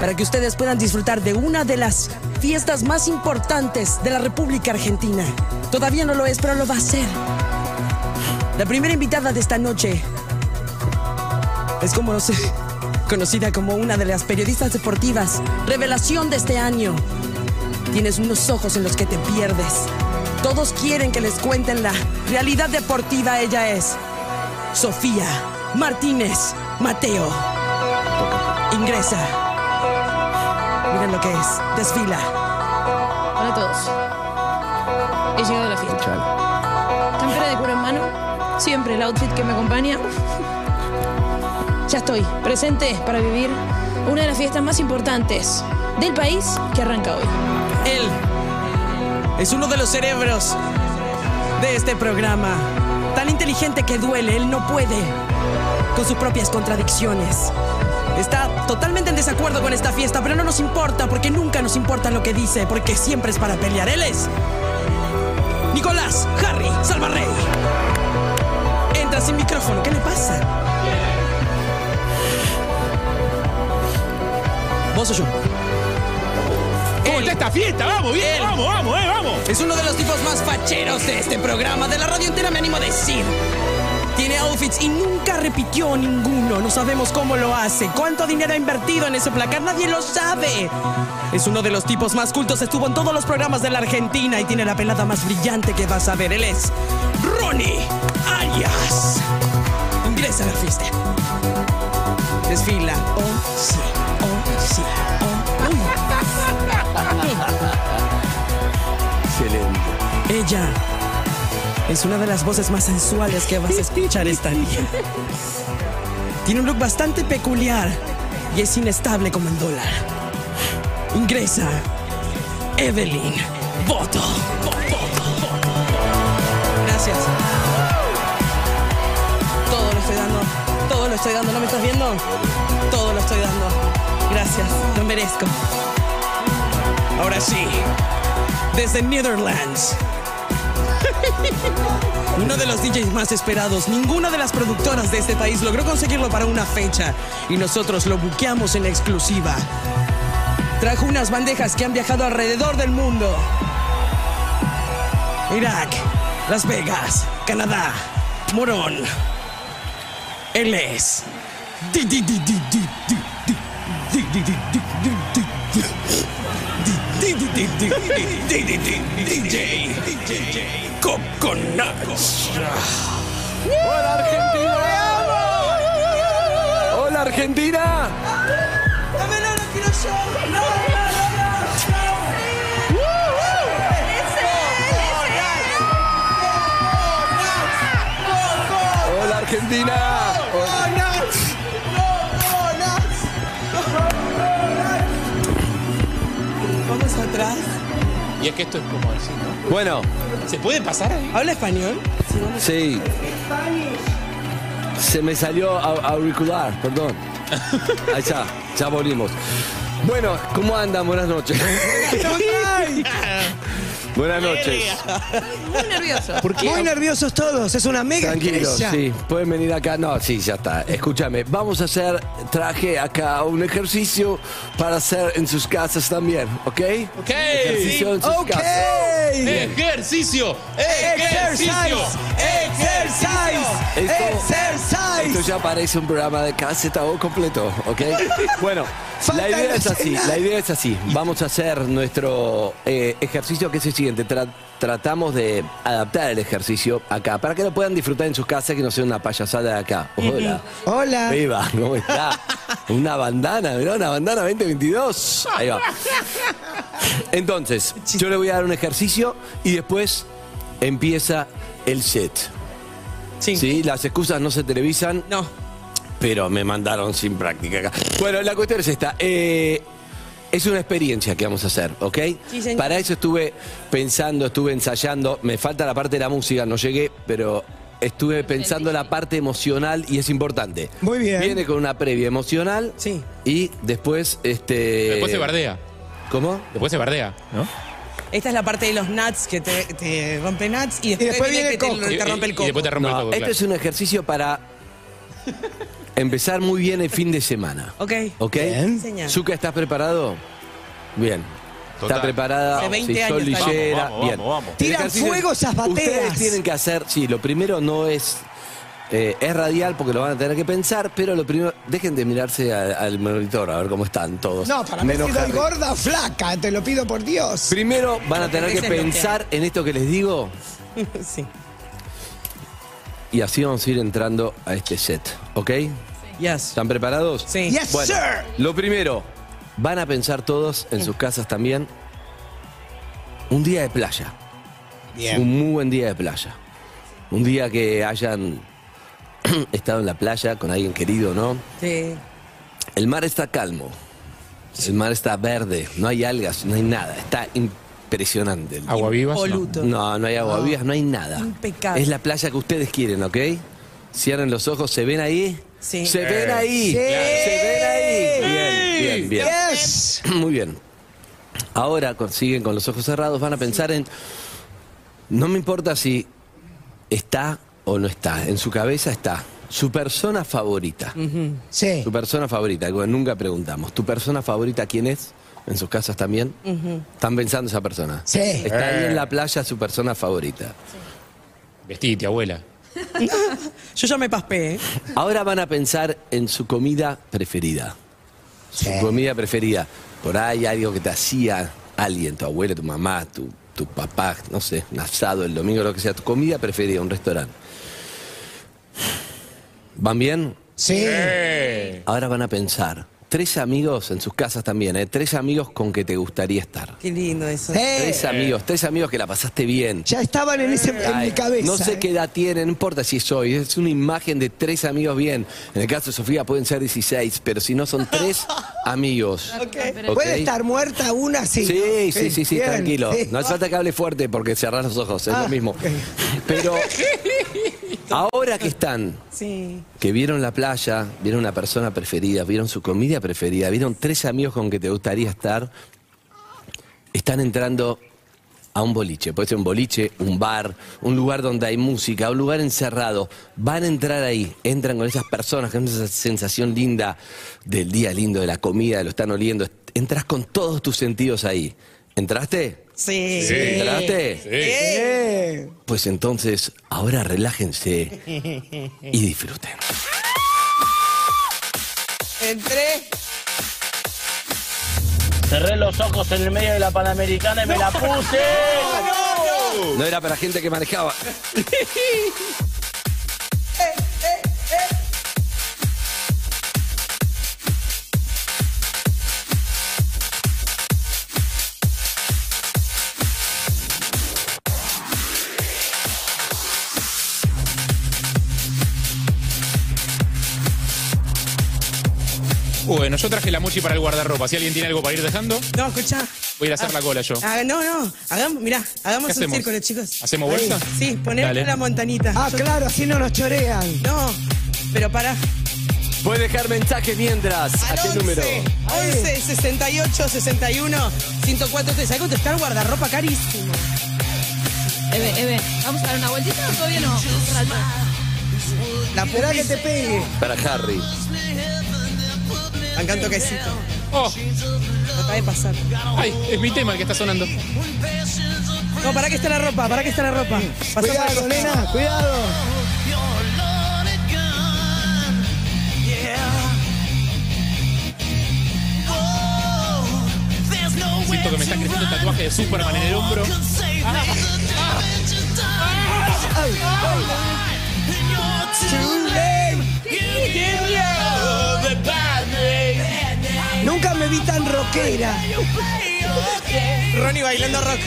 para que ustedes puedan disfrutar de una de las fiestas más importantes de la República Argentina. Todavía no lo es, pero lo va a ser. La primera invitada de esta noche es como no sé, conocida como una de las periodistas deportivas, revelación de este año. Tienes unos ojos en los que te pierdes. Todos quieren que les cuenten la realidad deportiva. Ella es Sofía Martínez Mateo. Ingresa. Miren lo que es. Desfila.
Hola a todos. He llegado a la fiesta. Campera de cuero en mano, siempre el outfit que me acompaña. Ya estoy presente para vivir una de las fiestas más importantes del país que arranca hoy.
Él es uno de los cerebros de este programa. Tan inteligente que duele, él no puede con sus propias contradicciones. Está totalmente en desacuerdo con esta fiesta, pero no nos importa porque nunca nos importa lo que dice, porque siempre es para pelear. Él es Nicolás Harry Salvarrey. Entra sin micrófono, ¿qué le pasa? ¿Vos o yo?
¿Cómo está esta fiesta? ¡Vamos, bien!
Él.
¡Vamos, vamos, eh, vamos!
Es uno de los tipos más facheros de este programa, de la radio entera me animo a decir. Tiene outfits y nunca repitió ninguno. No sabemos cómo lo hace. ¿Cuánto dinero ha invertido en ese placar? Nadie lo sabe. Es uno de los tipos más cultos. Estuvo en todos los programas de la Argentina y tiene la pelada más brillante que vas a ver. Él es Ronnie Arias. Ingresa a la fiesta. Desfila. Oh, sí. Oh, sí. Oh,
Excelente.
uy. Ella es una de las voces más sensuales que vas a escuchar esta niña. Tiene un look bastante peculiar y es inestable como el dólar. Ingresa Evelyn Voto. Gracias. Todo lo estoy dando. Todo lo estoy dando. ¿No me estás viendo? Todo lo estoy dando. Gracias. Lo merezco. Ahora sí. Desde Netherlands. Uno de los DJs más esperados. Ninguna de las productoras de este país logró conseguirlo para una fecha. Y nosotros lo buqueamos en exclusiva. Trajo unas bandejas que han viajado alrededor del mundo. Irak, Las Vegas, Canadá, Morón. Él es. Di- di- di- di- di- di- di- di- di- di- di- di- di- di- di- di- di- di- di- di- di- DJ Coconuts.
¡Hola Argentina! ¡Hola Argentina! ¡Hola Argentina!
Vamos atrás.
Y es que esto es como así, ¿no?
Bueno,
¿Se puede pasar ahí?
¿Habla español?
sí, se me salió au- auricular, perdón. Ahí está, ya volvimos. Bueno, ¿cómo andan? Buenas noches. Buenas noches.
Muy nervioso.
Muy nerviosos todos, es una mega
Tranquilos,
estrella.
sí. Pueden venir acá. No, sí, ya está. Escúchame, vamos a hacer, traje acá un ejercicio para hacer en sus casas también, ¿ok?
Ok.
Ejercicio en sus
Ok.
casas.
Ejercicio. Ejercicio.
Exercise.
Esto- Esto
Exercise.
ya parece un programa de caseta o completo, ¿ok? Bueno,
Falta
la idea
la
es así,
cena.
la idea es así. Vamos a hacer nuestro eh, ejercicio que es el siguiente. Tra- tratamos de adaptar el ejercicio acá para que lo puedan disfrutar en sus casas, que no sea una payasada de acá. Hola.
Hola.
Viva, ¿cómo está? Una bandana, mirá, una bandana 2022. Ahí va. Entonces, yo le voy a dar un ejercicio y después empieza el set.
Sí.
Las excusas no se televisan,
No.
pero me mandaron sin práctica acá. Bueno, la cuestión es esta. Eh, es una experiencia que vamos a hacer, ¿ok?
Sí, señor.
Para eso estuve pensando, estuve ensayando. Me falta la parte de la música, no llegué, pero estuve pensando la parte emocional y es importante.
Muy bien.
Viene con una previa emocional
Sí.
y después, este.
Después se bardea.
¿Cómo?
Después se bardea, ¿no?
Esta es la parte de los nuts que te, te rompe nuts y después,
después viene
que te-
el coco.
te, rompe el
Y- y después te
coco.
rompe el
No,
coco,
este
claro.
es un ejercicio para empezar muy bien el fin de semana.
Ok.
¿Ok?
Bien.
Señor.
Zuka, ¿estás preparado? Bien.
Total.
Está preparada.
Hace 20
Sí,
años
Sol
está.
Lillera.
Vamos, vamos,
Bien.
vamos, vamos.
El
Tiran
ejercicio-
fuego esas bateas.
Ustedes tienen que hacer, sí, lo primero no es. eh, es radial porque lo van a tener que pensar, pero lo primero. Dejen de mirarse al, al monitor a ver cómo están todos.
No, para mí
Menos
si doy
Harry.
gorda o flaca, te lo pido por Dios.
Primero van a tener que
Ese es lo que
pensar en esto que les digo
sí.
y así vamos a ir entrando a este set. ¿Ok?
Yes.
¿Están preparados?
Sí.
Yes,
Bueno,
sir.
lo primero, van a pensar todos en sus casas también. Un día de playa.
Bien.
Un muy buen día de playa. Un día que hayan estado en la playa con alguien querido, ¿no?
Sí.
El mar está calmo. El mar está verde. No hay algas, no hay nada. Está impresionante. el-
Agua viva.
Poluto.
No, no hay agua viva, no hay nada.
Impecable.
Es la playa que ustedes quieren, ¿ok? Cierren los ojos, ¿se ven ahí?
Sí.
¿Se ven ahí? ¿Se ven ahí? Bien, bien, bien.
Yes.
Muy bien. Ahora consiguen con los ojos cerrados, van a pensar en. No me importa si está o no está. En su cabeza está. Su persona favorita.
Sí.
Tu persona favorita, algo que nunca preguntamos. ¿Tu persona favorita quién es? En sus casas también. Están pensando esa persona.
Sí.
Eh.
Está ahí en la playa su persona favorita.
Vestite, abuela.
Yo ya me paspé. ¿eh?
Ahora van a pensar en su comida preferida. Su comida preferida. Por ahí algo que te hacía alguien, tu abuelo, tu mamá, tu, tu papá, no sé, un asado el domingo, lo que sea. Tu comida preferida, un restaurante. ¿Van bien?
Sí.
Ahora van a pensar. Tres amigos en sus casas también, ¿eh? Tres amigos con que te gustaría estar.
Qué lindo eso.
Tres amigos, tres amigos que la pasaste bien.
Eh. Ya estaban en, ese, en
Ay,
mi cabeza.
No sé
¿eh?
qué edad tienen, no importa si es hoy. Es una imagen de tres amigos bien. En el caso de Sofía pueden ser 16, pero si no son tres amigos. Ok.
Puede estar muerta una, Ah, sí.
Sí, sí, sí, sí,
Bien,
tranquilo.
sí.
No hace falta que hable fuerte porque cerrás los ojos, es
Ah,
lo mismo. Pero ahora que están,
Sí.
que vieron la playa, vieron una persona preferida, vieron su comida preferida, vieron tres amigos con que te gustaría estar, están entrando a un boliche. Puede ser un boliche, un bar, un lugar donde hay música, un lugar encerrado. Van a entrar ahí, entran con esas personas con esa sensación linda del día lindo, de la comida, lo están oliendo. Entras con todos tus sentidos ahí. ¿Entraste?
Sí.
¿Entraste?
Eh.
Pues entonces, ahora relájense y disfruten.
Entré.
Cerré los ojos en el medio de la Panamericana y me la puse.
No era para gente que manejaba.
Bueno, yo traje la mochi para el guardarropa. Si alguien tiene algo para ir dejando,
No, escuchá.
voy a ir a hacer la cola yo.
Ah, no, no. Hagamos, mirá, hagamos
¿Qué
un
hacemos?
círculo, chicos.
¿Hacemos bolsa?
Sí, poner
Dale.
la montanita. Ah,
claro, así no nos chorean.
No, pero pará.
Puede dejar mensaje mientras. ¿A qué número?
11 68 61 104 te sabe contestar guardarropa carísimo.
Eve, Eve, ¿vamos a dar una vueltita o todavía no? Un rato.
La pura que te pegue.
Para Harry.
Me encanta quesito. Acaba de pasar.
Oh. Ay, es mi tema el que está sonando.
No, pará que está la ropa, pará que está la ropa. Pasá
Cuidado,
por la ropa.
nena, cuidado.
Siento que me está creciendo el tatuaje de Superman en el hombro.
Nunca me vi tan rockera.
Ronnie bailando rock.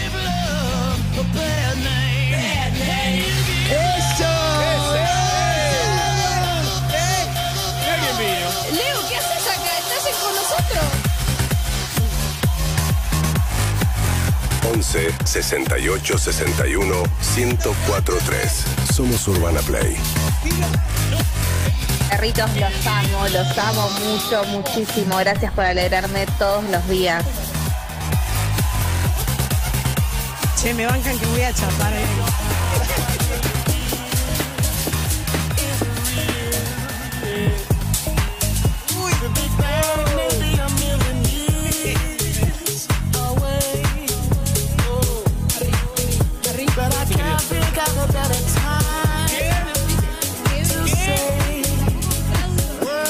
Leo, ¿qué haces acá? ¿Estás con nosotros?
11 68 61 1043. Somos Urbana Play.
Perritos, los amo, los amo mucho, muchísimo. Gracias por alegrarme todos los días.
Che, me bancan que voy a chapar. eh.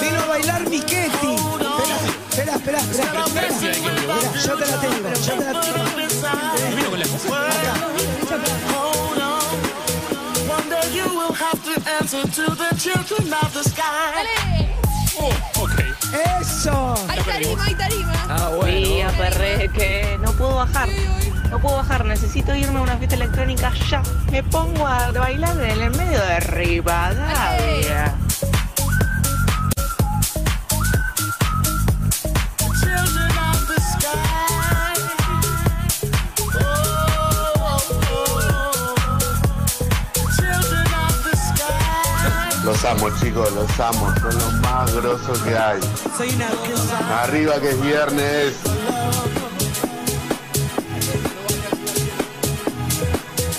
Vino a bailar mi Ketty. Espera, espera, espera, espera. Espera, Yo te la tengo, yo te la tengo. ¡Eso!
Hay tarima, hay tarima.
Ah, bueno.
Sí, aperré que no puedo bajar. No puedo bajar, necesito irme a una fiesta electrónica ya. Me pongo a bailar en el medio de Rivadavia.
Los amo, chicos, los amo. Son los más grosos que hay.
Soy una goza.
Arriba que es viernes.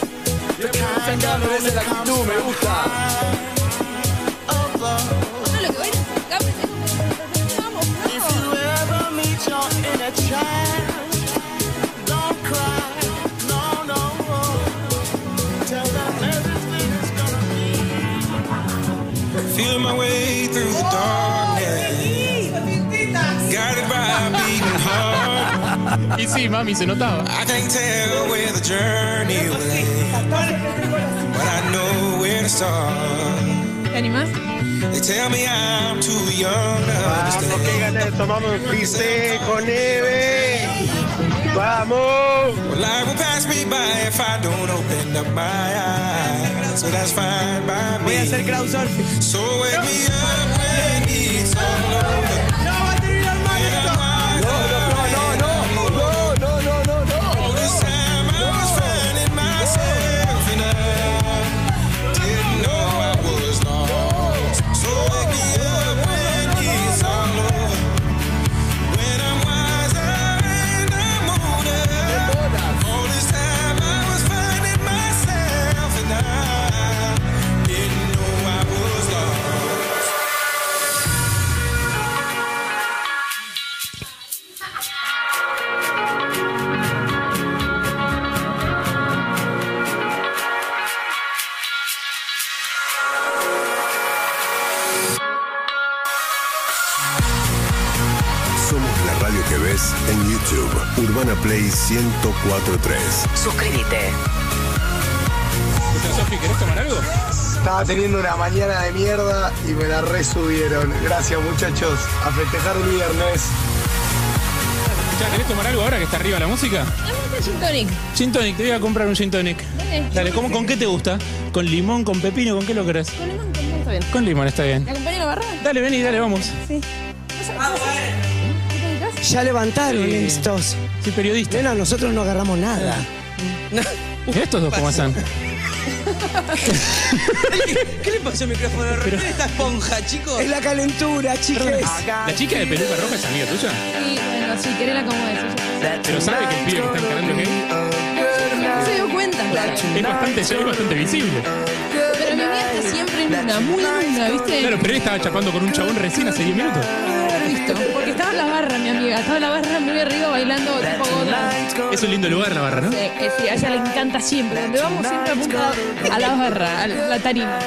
Esa es la actitud, me gusta.
No, lo que voy a acá, presente. Vamos,
Tell them everything is gonna be
Y sí, mami, se notaba.
Oh,
¿Te animás?
Ah,
Vamos, qué ganas de tomar un frisé con nieve. Vamos.
Voy a hacer crowdsurfing.
Somos la radio que ves en YouTube. Urbana Play 1043.
Suscríbete.
Sofi, ¿querés tomar algo?
Estaba teniendo una mañana de mierda y me la resubieron. Gracias muchachos. A festejar un viernes.
Ya, ¿Querés tomar algo ahora que está arriba la música?
Este gin tonic.
Gin tonic, te voy a comprar un gin tonic.
Dale.
Dale, ¿cómo, ¿con qué te gusta? ¿Con limón, con pepino, con qué lo querés?
Con limón, con limón está bien.
Con limón, está bien.
¿La compañera barra?
Dale, vení, dale, vamos.
Sí. ¿No sabes qué hacer?
Ya levantaron
Sí.
estos.
Sí, periodista.
Bueno, nosotros no agarramos nada.
Mirá estos dos cómo hacen.
¿Qué le pasó al micrófono? ¿Rompieron esta esponja, chicos?
Es la calentura, chicas.
¿La chica de peluca roja es amiga tuya?
Sí, bueno, sí, querela como es.
¿Pero sabe que el pibe que está encarando es gay?
No se dio cuenta, claro.
Es bastante, es bastante visible.
Pero mi mía está siempre en una, muy en una, ¿viste?
Claro, pero él estaba chapando con un chabón recién hace 10 minutos.
Listo. Porque estaba en la barra, mi amiga. Estaba en la barra muy arriba bailando tipo gota.
Es un lindo lugar la barra, ¿no?
Eh, que sí, a ella le encanta siempre. Donde vamos siempre apunta a la barra, a la tarima.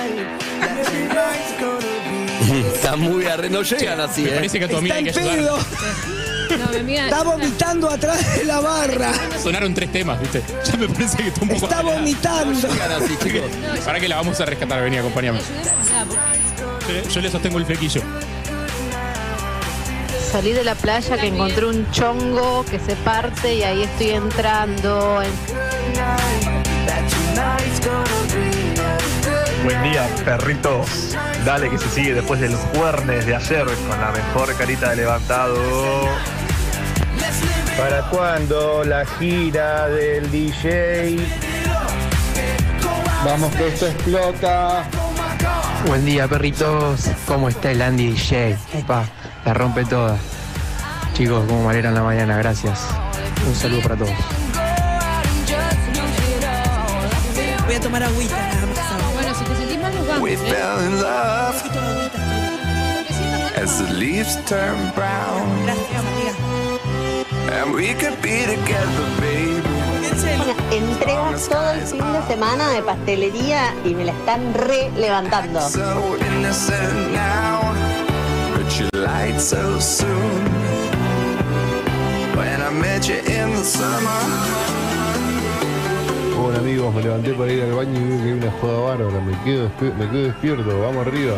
Está muy arre... No llegan así,
Me
¿eh?
parece que a tu amiga hay que
Está en
ayudar.
No, mi amiga.
Está vomitando atrás de la barra.
Sonaron tres temas, ¿viste? Ya me parece que está un poco...
Está vomitando.
Ahora que la vamos a rescatar, vení, acompáñame. Yo, yo le sostengo el flequillo.
Salí de la playa que encontré un chongo que se parte y ahí estoy entrando.
Buen día, perritos. Dale que se sigue después del jueves de ayer con la mejor carita de levantado.
¿Para cuándo la gira del DJ? Vamos que esto explota.
Buen día, perritos. ¿Cómo está el Andy DJ? Upa, la rompe toda. Chicos, como me alegran la mañana, gracias. Un saludo para todos.
Voy a tomar agüita nada más. ahora.
Bueno, si te sentís mal, nos vamos.
We
¿eh?
fell in love.
Un poquito de agüita.
As the leaves turn brown. And we could be together, baby.
Entrega todo el fin de semana de pastelería y me la están relevantando.
So innocent now. But you lied so soon. When I met you in the summer.
Hola amigos, me levanté para ir al baño y veo que hay una joda bárbara. Me quedo, despi- me quedo despierto, vamos arriba.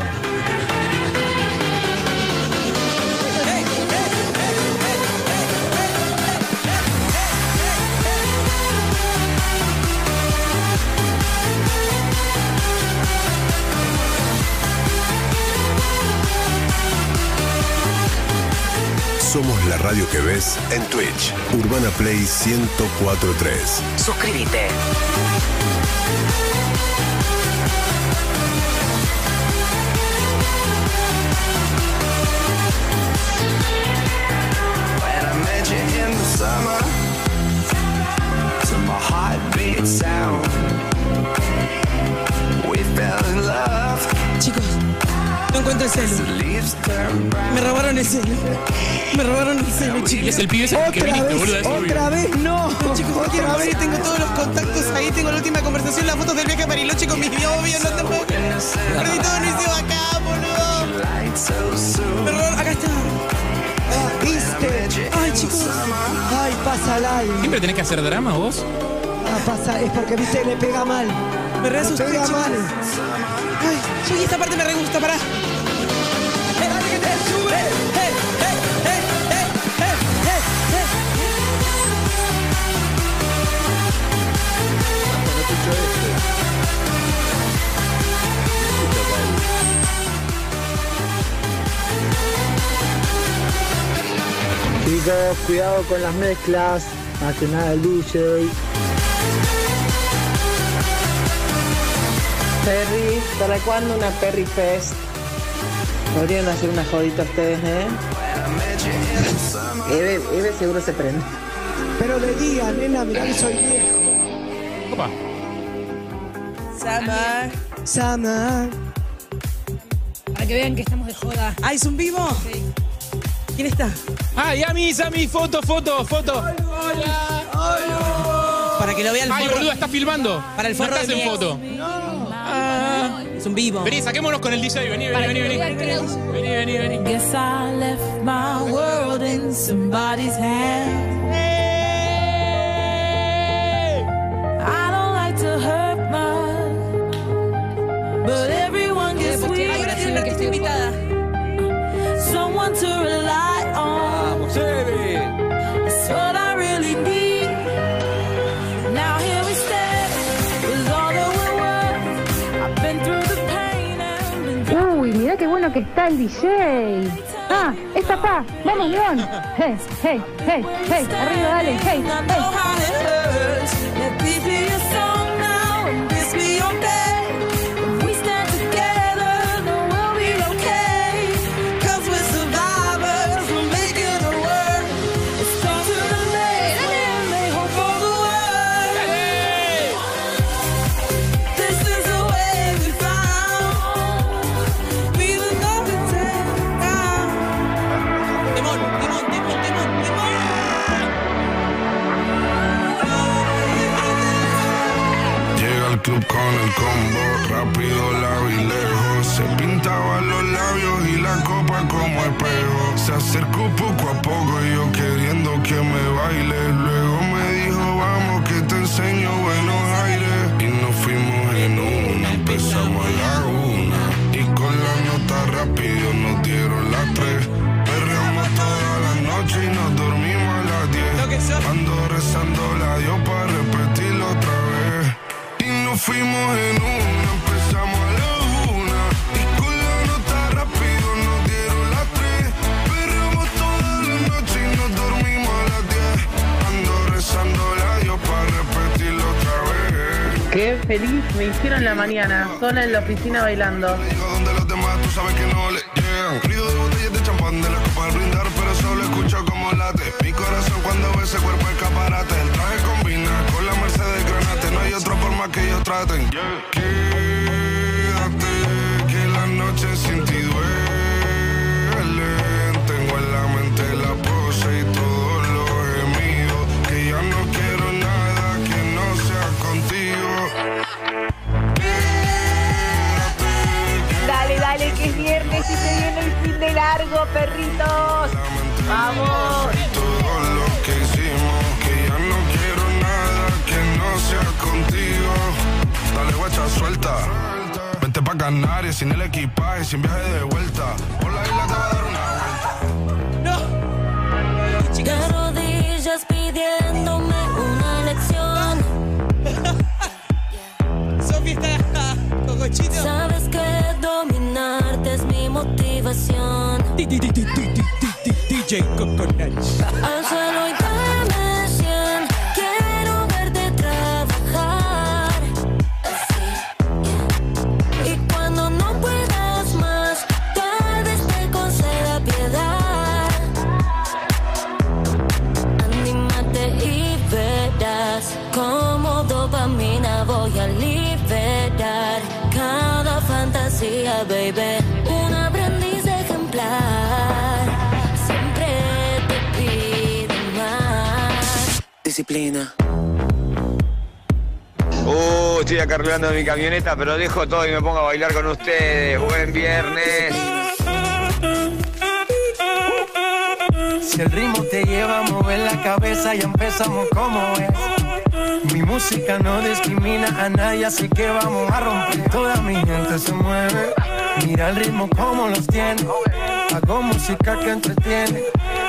Somos la radio que ves en Twitch. Urbana Play 1043.
Suscríbete.
When I met you in the summer, to my heartbeat sound, we fell in love.
Chicos, no encuentro el celu. Me robaron el celu. Me robaron el celu, chicos.
es el pibe ese que viniste, boludo, es obvio.
otra vez no. Chicos, no quiero ver, tengo todos los contactos ahí, tengo la última conversación, las fotos del viaje a Bariloche con mis novios, no te puedo creer. Perdí todo lo hice acá, boludo. Perdón, acá está.
¿Viste?
Ay, chicos.
Ay, pasa
mal.
¿Siempre tenés que hacer drama vos?
Ah, pasa, es porque viste, le pega mal.
Me re
Le
asusté,
pega
chicos.
mal.
Ay, sí, esta parte me re gusta, pará. Eh, dale que te sube. Eh, eh, eh, eh, eh, eh,
Chicos, cuidado con las mezclas, más que nada el DJ.
Perry, ¿para cuándo una Perry Fest? Podrían hacer una jodita ustedes, ¿eh? Eve, Eve seguro se prende.
Pero de día, nena, mirá que soy viejo.
Opa.
Summer.
Summer.
Para que vean que estamos de joda. Ah, ¿es un vivo? Sí. ¿Quién está?
¡Ay, Ami, Ami! ¡Foto, foto, foto!
Para que lo vean el
¡Ay,
forro.
boluda, estás filmando!
Para el forro
no estás
de
en
Mix.
foto.
Ah, es un vivo.
Vení, saquémonos con el DJ. Vení, vení, vení. vení.
Vení, vení, vení. Guess I left my world in somebody's hands. I don't like to hurt my, but everyone gets
pues
weak.
Ahora tiene una artista invitada.
Someone to rely on. That's what I really need. Now here we stand with all that we're worth. I've been through the pain and been
Uy, mirá qué bueno que está el DJ. Ah, es papá. Vamos, León. Hey, hey, hey, hey. Arriba, dale. Hey, hey.
Temón, temón, temón, temón,
Llega al club con el combo, rápido, largo y lejos. Se pintaban los labios y la copa como espejo. Se acercó poco a poco y yo queriendo que me baile. Luego me dijo, vamos que te enseño buenos aires. Y nos fuimos en una, empezamos a la una. Y con la nota rápido nos dieron las tres. Perreamos toda la noche y nos dormimos a las diez. Ando rezando la Dios para repetirlo otra vez. Y nos fuimos en una, empezamos a la una. Y con la nota rápido nos dieron las tres. Perramos toda la noche y nos dormimos a las diez. Ando rezando la Dios para repetirlo otra vez.
Qué feliz me hicieron la mañana, sola en la oficina bailando.
Donde los demás tú sabes que no le llegan. Ruido de botellas de champán de la copa al brindar, pero solo escucho como late. Mi corazón cuando ve ese cuerpo escaparate. El traje combina con la Mercedes Granate. No hay otra forma que ellos traten. Quédate, que la noche sin ti duelen. Tengo en la mente la pose y todos los gemidos. Que ya no quiero nada que no sea contigo.
Dale, dale, que es viernes y se viene el fin de largo, perritos. Vamos.
Todo lo que hicimos, que ya no quiero nada que no sea contigo. Dale guacha, suelta. Vente pa' Canarias sin el equipaje, sin viaje de vuelta. Por la isla te va a dar una
De rodillas pidiéndome una lección.
Sofía está cocochito.
Sabes que dominarte es mi motivación.
DJ
Al suelo y dame 100. Quiero verte trabajar. Y cuando no puedas más, tal vez te conceda piedad. Anímate y verás cómo dopamina voy a liberar cada fantasía, baby. Un aprendiz ejemplar siempre te pide más.
Disciplina. Uh, estoy acá arreglando mi camioneta, pero dejo todo y me pongo a bailar con ustedes. Buen viernes.
Si el ritmo te lleva a mover la cabeza, ya empezamos como es. Mi música no discrimina a nadie, así que vamos a romper. Toda mi gente se mueve. Mira el ritmo como los tiene. Hago música que entretiene.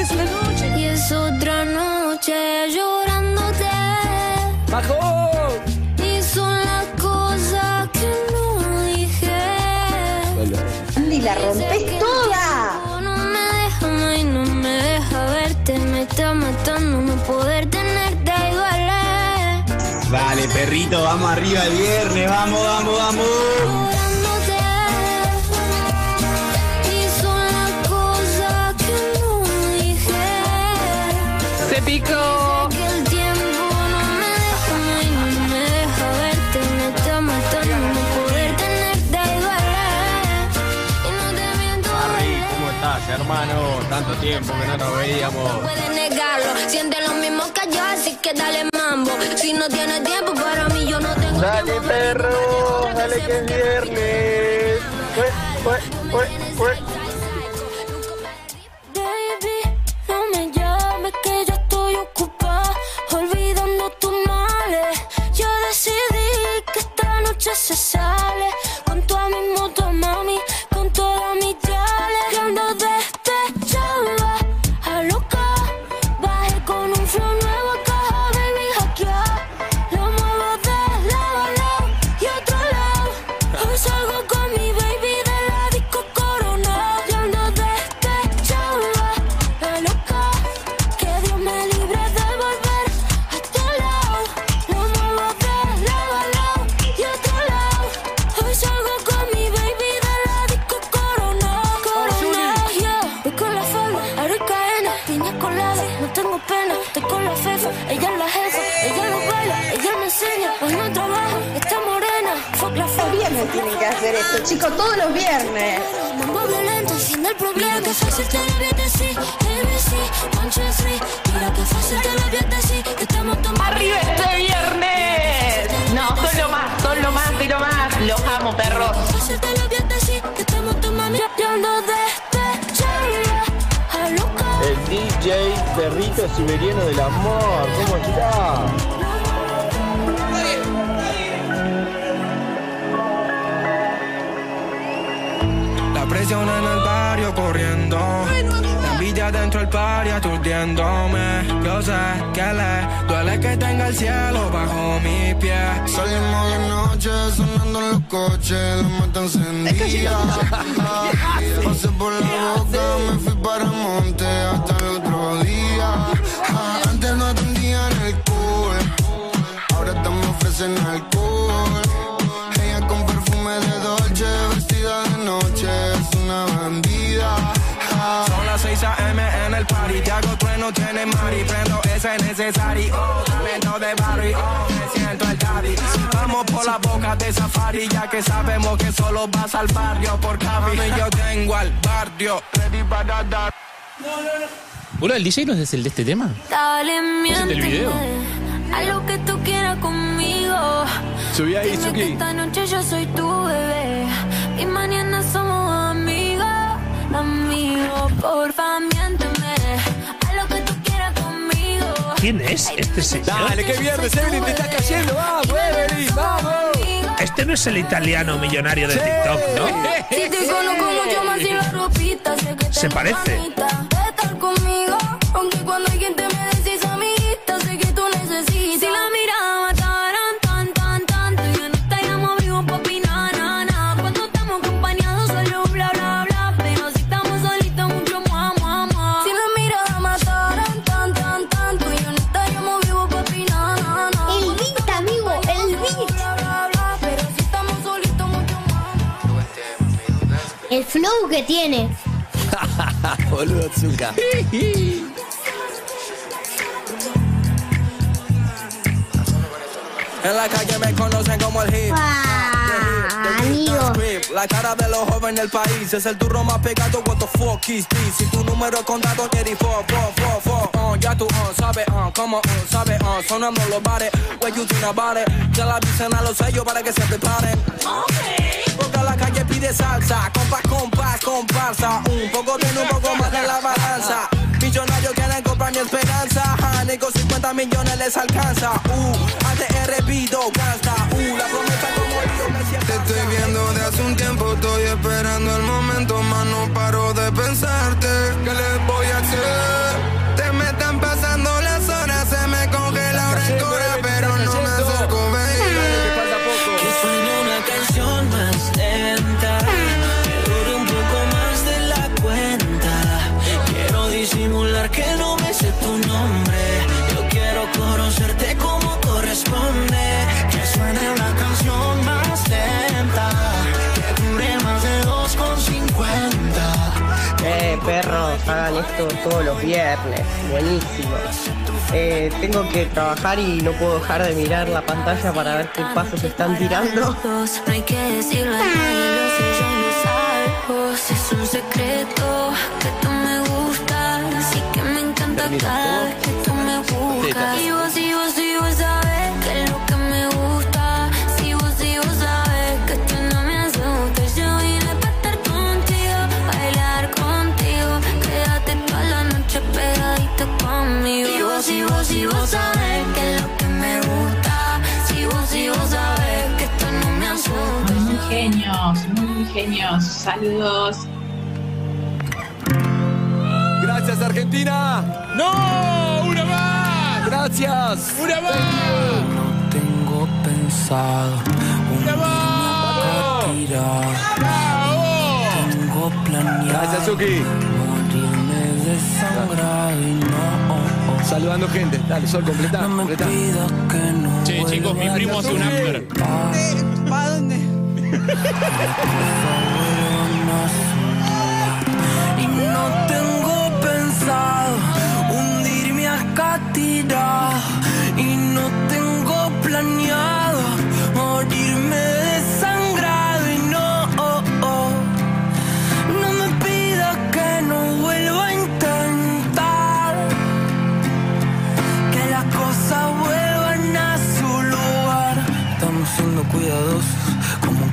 Es la noche. Y es otra noche llorándote. Bajo. Y son las cosas que no dije.
Andy, la rompes toda.
No me deja y no me deja verte. Me está matando no poder tenerte y duele.
Vale, perrito, vamos arriba el viernes, vamos, vamos, vamos.
Llorándote. Y son las cosas que no dije.
Se picó.
Que el tiempo no me deja y no me deja verte. Me está matando no poder tenerte y duele. Y no te miento.
¿Cómo estás, hermano? Tanto tiempo que no nos veíamos.
puedes negarlo. Siente lo mismo que yo, así que dale mambo. Si no tienes tiempo para mí, yo no tengo
Dale, perro, dale que es viernes. Ue, ue, ue, ue.
Baby, no me llames que yo estoy ocupada Olvidando tus males Yo decidí que esta noche se sale Con toda mi moto, mami Con toda mi chale Que ando despechada A loca Bajé con un flow nuevo a caja Baby, hackear Lo muevo de lado a lado Y otro lado Hoy salgo con mi baby de la disco corona. Yo ando despechada, la loca. Que Dios me libre de volver a tu lado. Lo muevo de lado a lado y otro lado. Hoy salgo con mi baby de la disco corona. Corona, yeah. Voy con la fama, ahora cadena. Piña colada, no tengo pena. Estoy con la fefa, ella es la jefa. Ella lo baila, ella me enseña. Hoy no trabajo, está morena. Fuck la fama.
Los viernes tienen que hacer esto, chicos, todos los viernes.
Mambo violento, fin del problema. Mira que fácil te lo voy a decir. ABC, one, two, three. Mira que fácil te lo voy a decir. Que estamos tomando.
¡Arriba este viernes! No, son lo más, son lo más y lo más. Los amo, perros.
Fácil te lo voy a decir. Que estamos tomando. Yo ando despechada. A loca.
El DJ Perrito Siberiano del Amor, ¿cómo está?
La presión en el barrio corriendo. La envidia dentro del party aturdiéndome. Yo sé que le duele que tenga el cielo bajo mi pie.
Salimos de noche, sonando en los coches, la mata encendida. Pasé por la boca, me fui para el monte hasta el otro día. Ah, Antes no atendían alcohol, ahora también ofrecen alcohol. Ella con perfume de Dolce, vestida de noche, es una bandida.
Son las 6 a.m. en el party. Te hago trueno, tiene mari. Prendo ese necesario. Talento de barrio. Me siento el daddy. Vamos por la boca de safari. Ya que sabemos que solo vas al barrio por camino. Yo tengo al barrio. Ready para dar.
Boludo, ¿el DJ no es el de este tema?
Dale,
el del
miénteme.
video?
A lo que tú quieras conmigo.
Subí ahí,
Dime
Suki.
que Esta noche yo soy tu bebé. Y mañana somos amigos. Amigo, porfa, miénteme. A lo que tú quieras conmigo.
¿Quién es este señor?
Dale, que viernes, Evelyn, te estás cayendo. ¡Vamos, Evelyn! ¡Vamos!
Este no es el italiano millonario de TikTok, ¿no?
Si te conozco mucho más y la ropita, sé que
Se
tenés
parece.
mamita de estar conmigo. Aunque cuando hay gente me decís amiguita, sé que tú necesitas. Si la mirada mataran tan, tan, tanto, ya no estaríamos vivos, papi, na, na, na. Cuando estamos acompañados, solo bla, bla, bla. Pero si estamos solitos, mucho más, más, más. Si la mirada mataran tan, tan, tanto, ya no
El flow que tiene.
Boludo Zuka.
En la calle me conocen como el hip.
Amigo.
La cara de los jóvenes del país es el turno más pegado. What the fuck is this? Si tu número es contado, Jerry, four, four, four, four. Uh, ya tú, uh, sabe, uh, como, uh, sabe, uh, sonando los bares. What you think about it? Ya la dicen a los sellos para que se preparen. Porque la calle pide salsa, compas, compas, comparsa. Un poco de un poco más de la balanza. Millonarios quieren comprar mi esperanza. Ni con 50 millones les alcanza. Uh, antes he repito, gasta. Uh, la promesa como el río que se
Te estoy viendo de hace un tiempo, estoy esperando el momento, más no paro de pensarte. ¿Qué les voy a hacer? Te me están pasando las horas, se me congela ahora el cora, pero no me acerco, baby.
Que suene una canción más lenta. Que dure un poco más de la cuenta. Quiero disimular que no me sé tu nombre. Yo quiero conocerte como corresponde. Que suene una canción más lenta. Que dure más de 2,50.
Eh, perros, hagan esto todos los viernes. Buenísimo. Eh, tengo que trabajar y no puedo dejar de mirar la pantalla para ver qué pasos están tirando.
No hay que decirlo a nadie, lo sé, yo lo salgo. Si Es un secreto que tú me gustas y que me encanta cada que tú me buscas. Y vos, y vos, y vos sabes que es lo que me gusta. Si vos, y vos sabes que tú no me asustas. Yo vine para estar contigo, bailar contigo. Quédate toda la noche pegadito conmigo. Y vos, y vos, y vos sabes que es lo que me gusta. Si vos, y vos sabes que tú no me asustas.
Muy genios, muy genios. Saludos.
Gracias, Argentina. ¡No! ¡Una más! Gracias. ¡Una más!
No tengo pensado un día para tirar. No Tengo planeado
Gracias, Suki.
morirme desangrado y no.
Saludando gente. Dale, Sol, completá.
No me
completá.
pidas que no.
Che, chicos, mi primo hace un after.
¿Para dónde? Y no tengo pensado hundirme a Catira. Y no tengo planeado morirme desangrado. Y no, oh, oh, no me pidas que no vuelva a intentar. Que las cosas vuelvan a su lugar. Estamos siendo cuidadosos. Como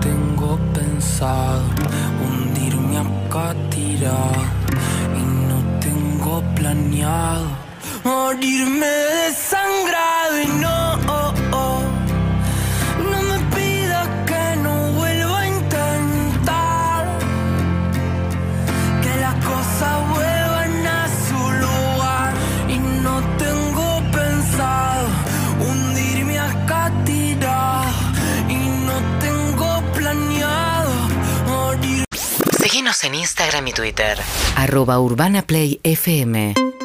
tengo pensado hundirme acá tirado y no tengo planeado morirme desangrado y no oh, oh. no me pidas que no vuelva a intentar que las cosas vuelvan a su lugar y no tengo pensado hundirme acá tirado y no tengo planeado morir
Síguenos en Instagram y Twitter.
Arroba Urbana Play FM.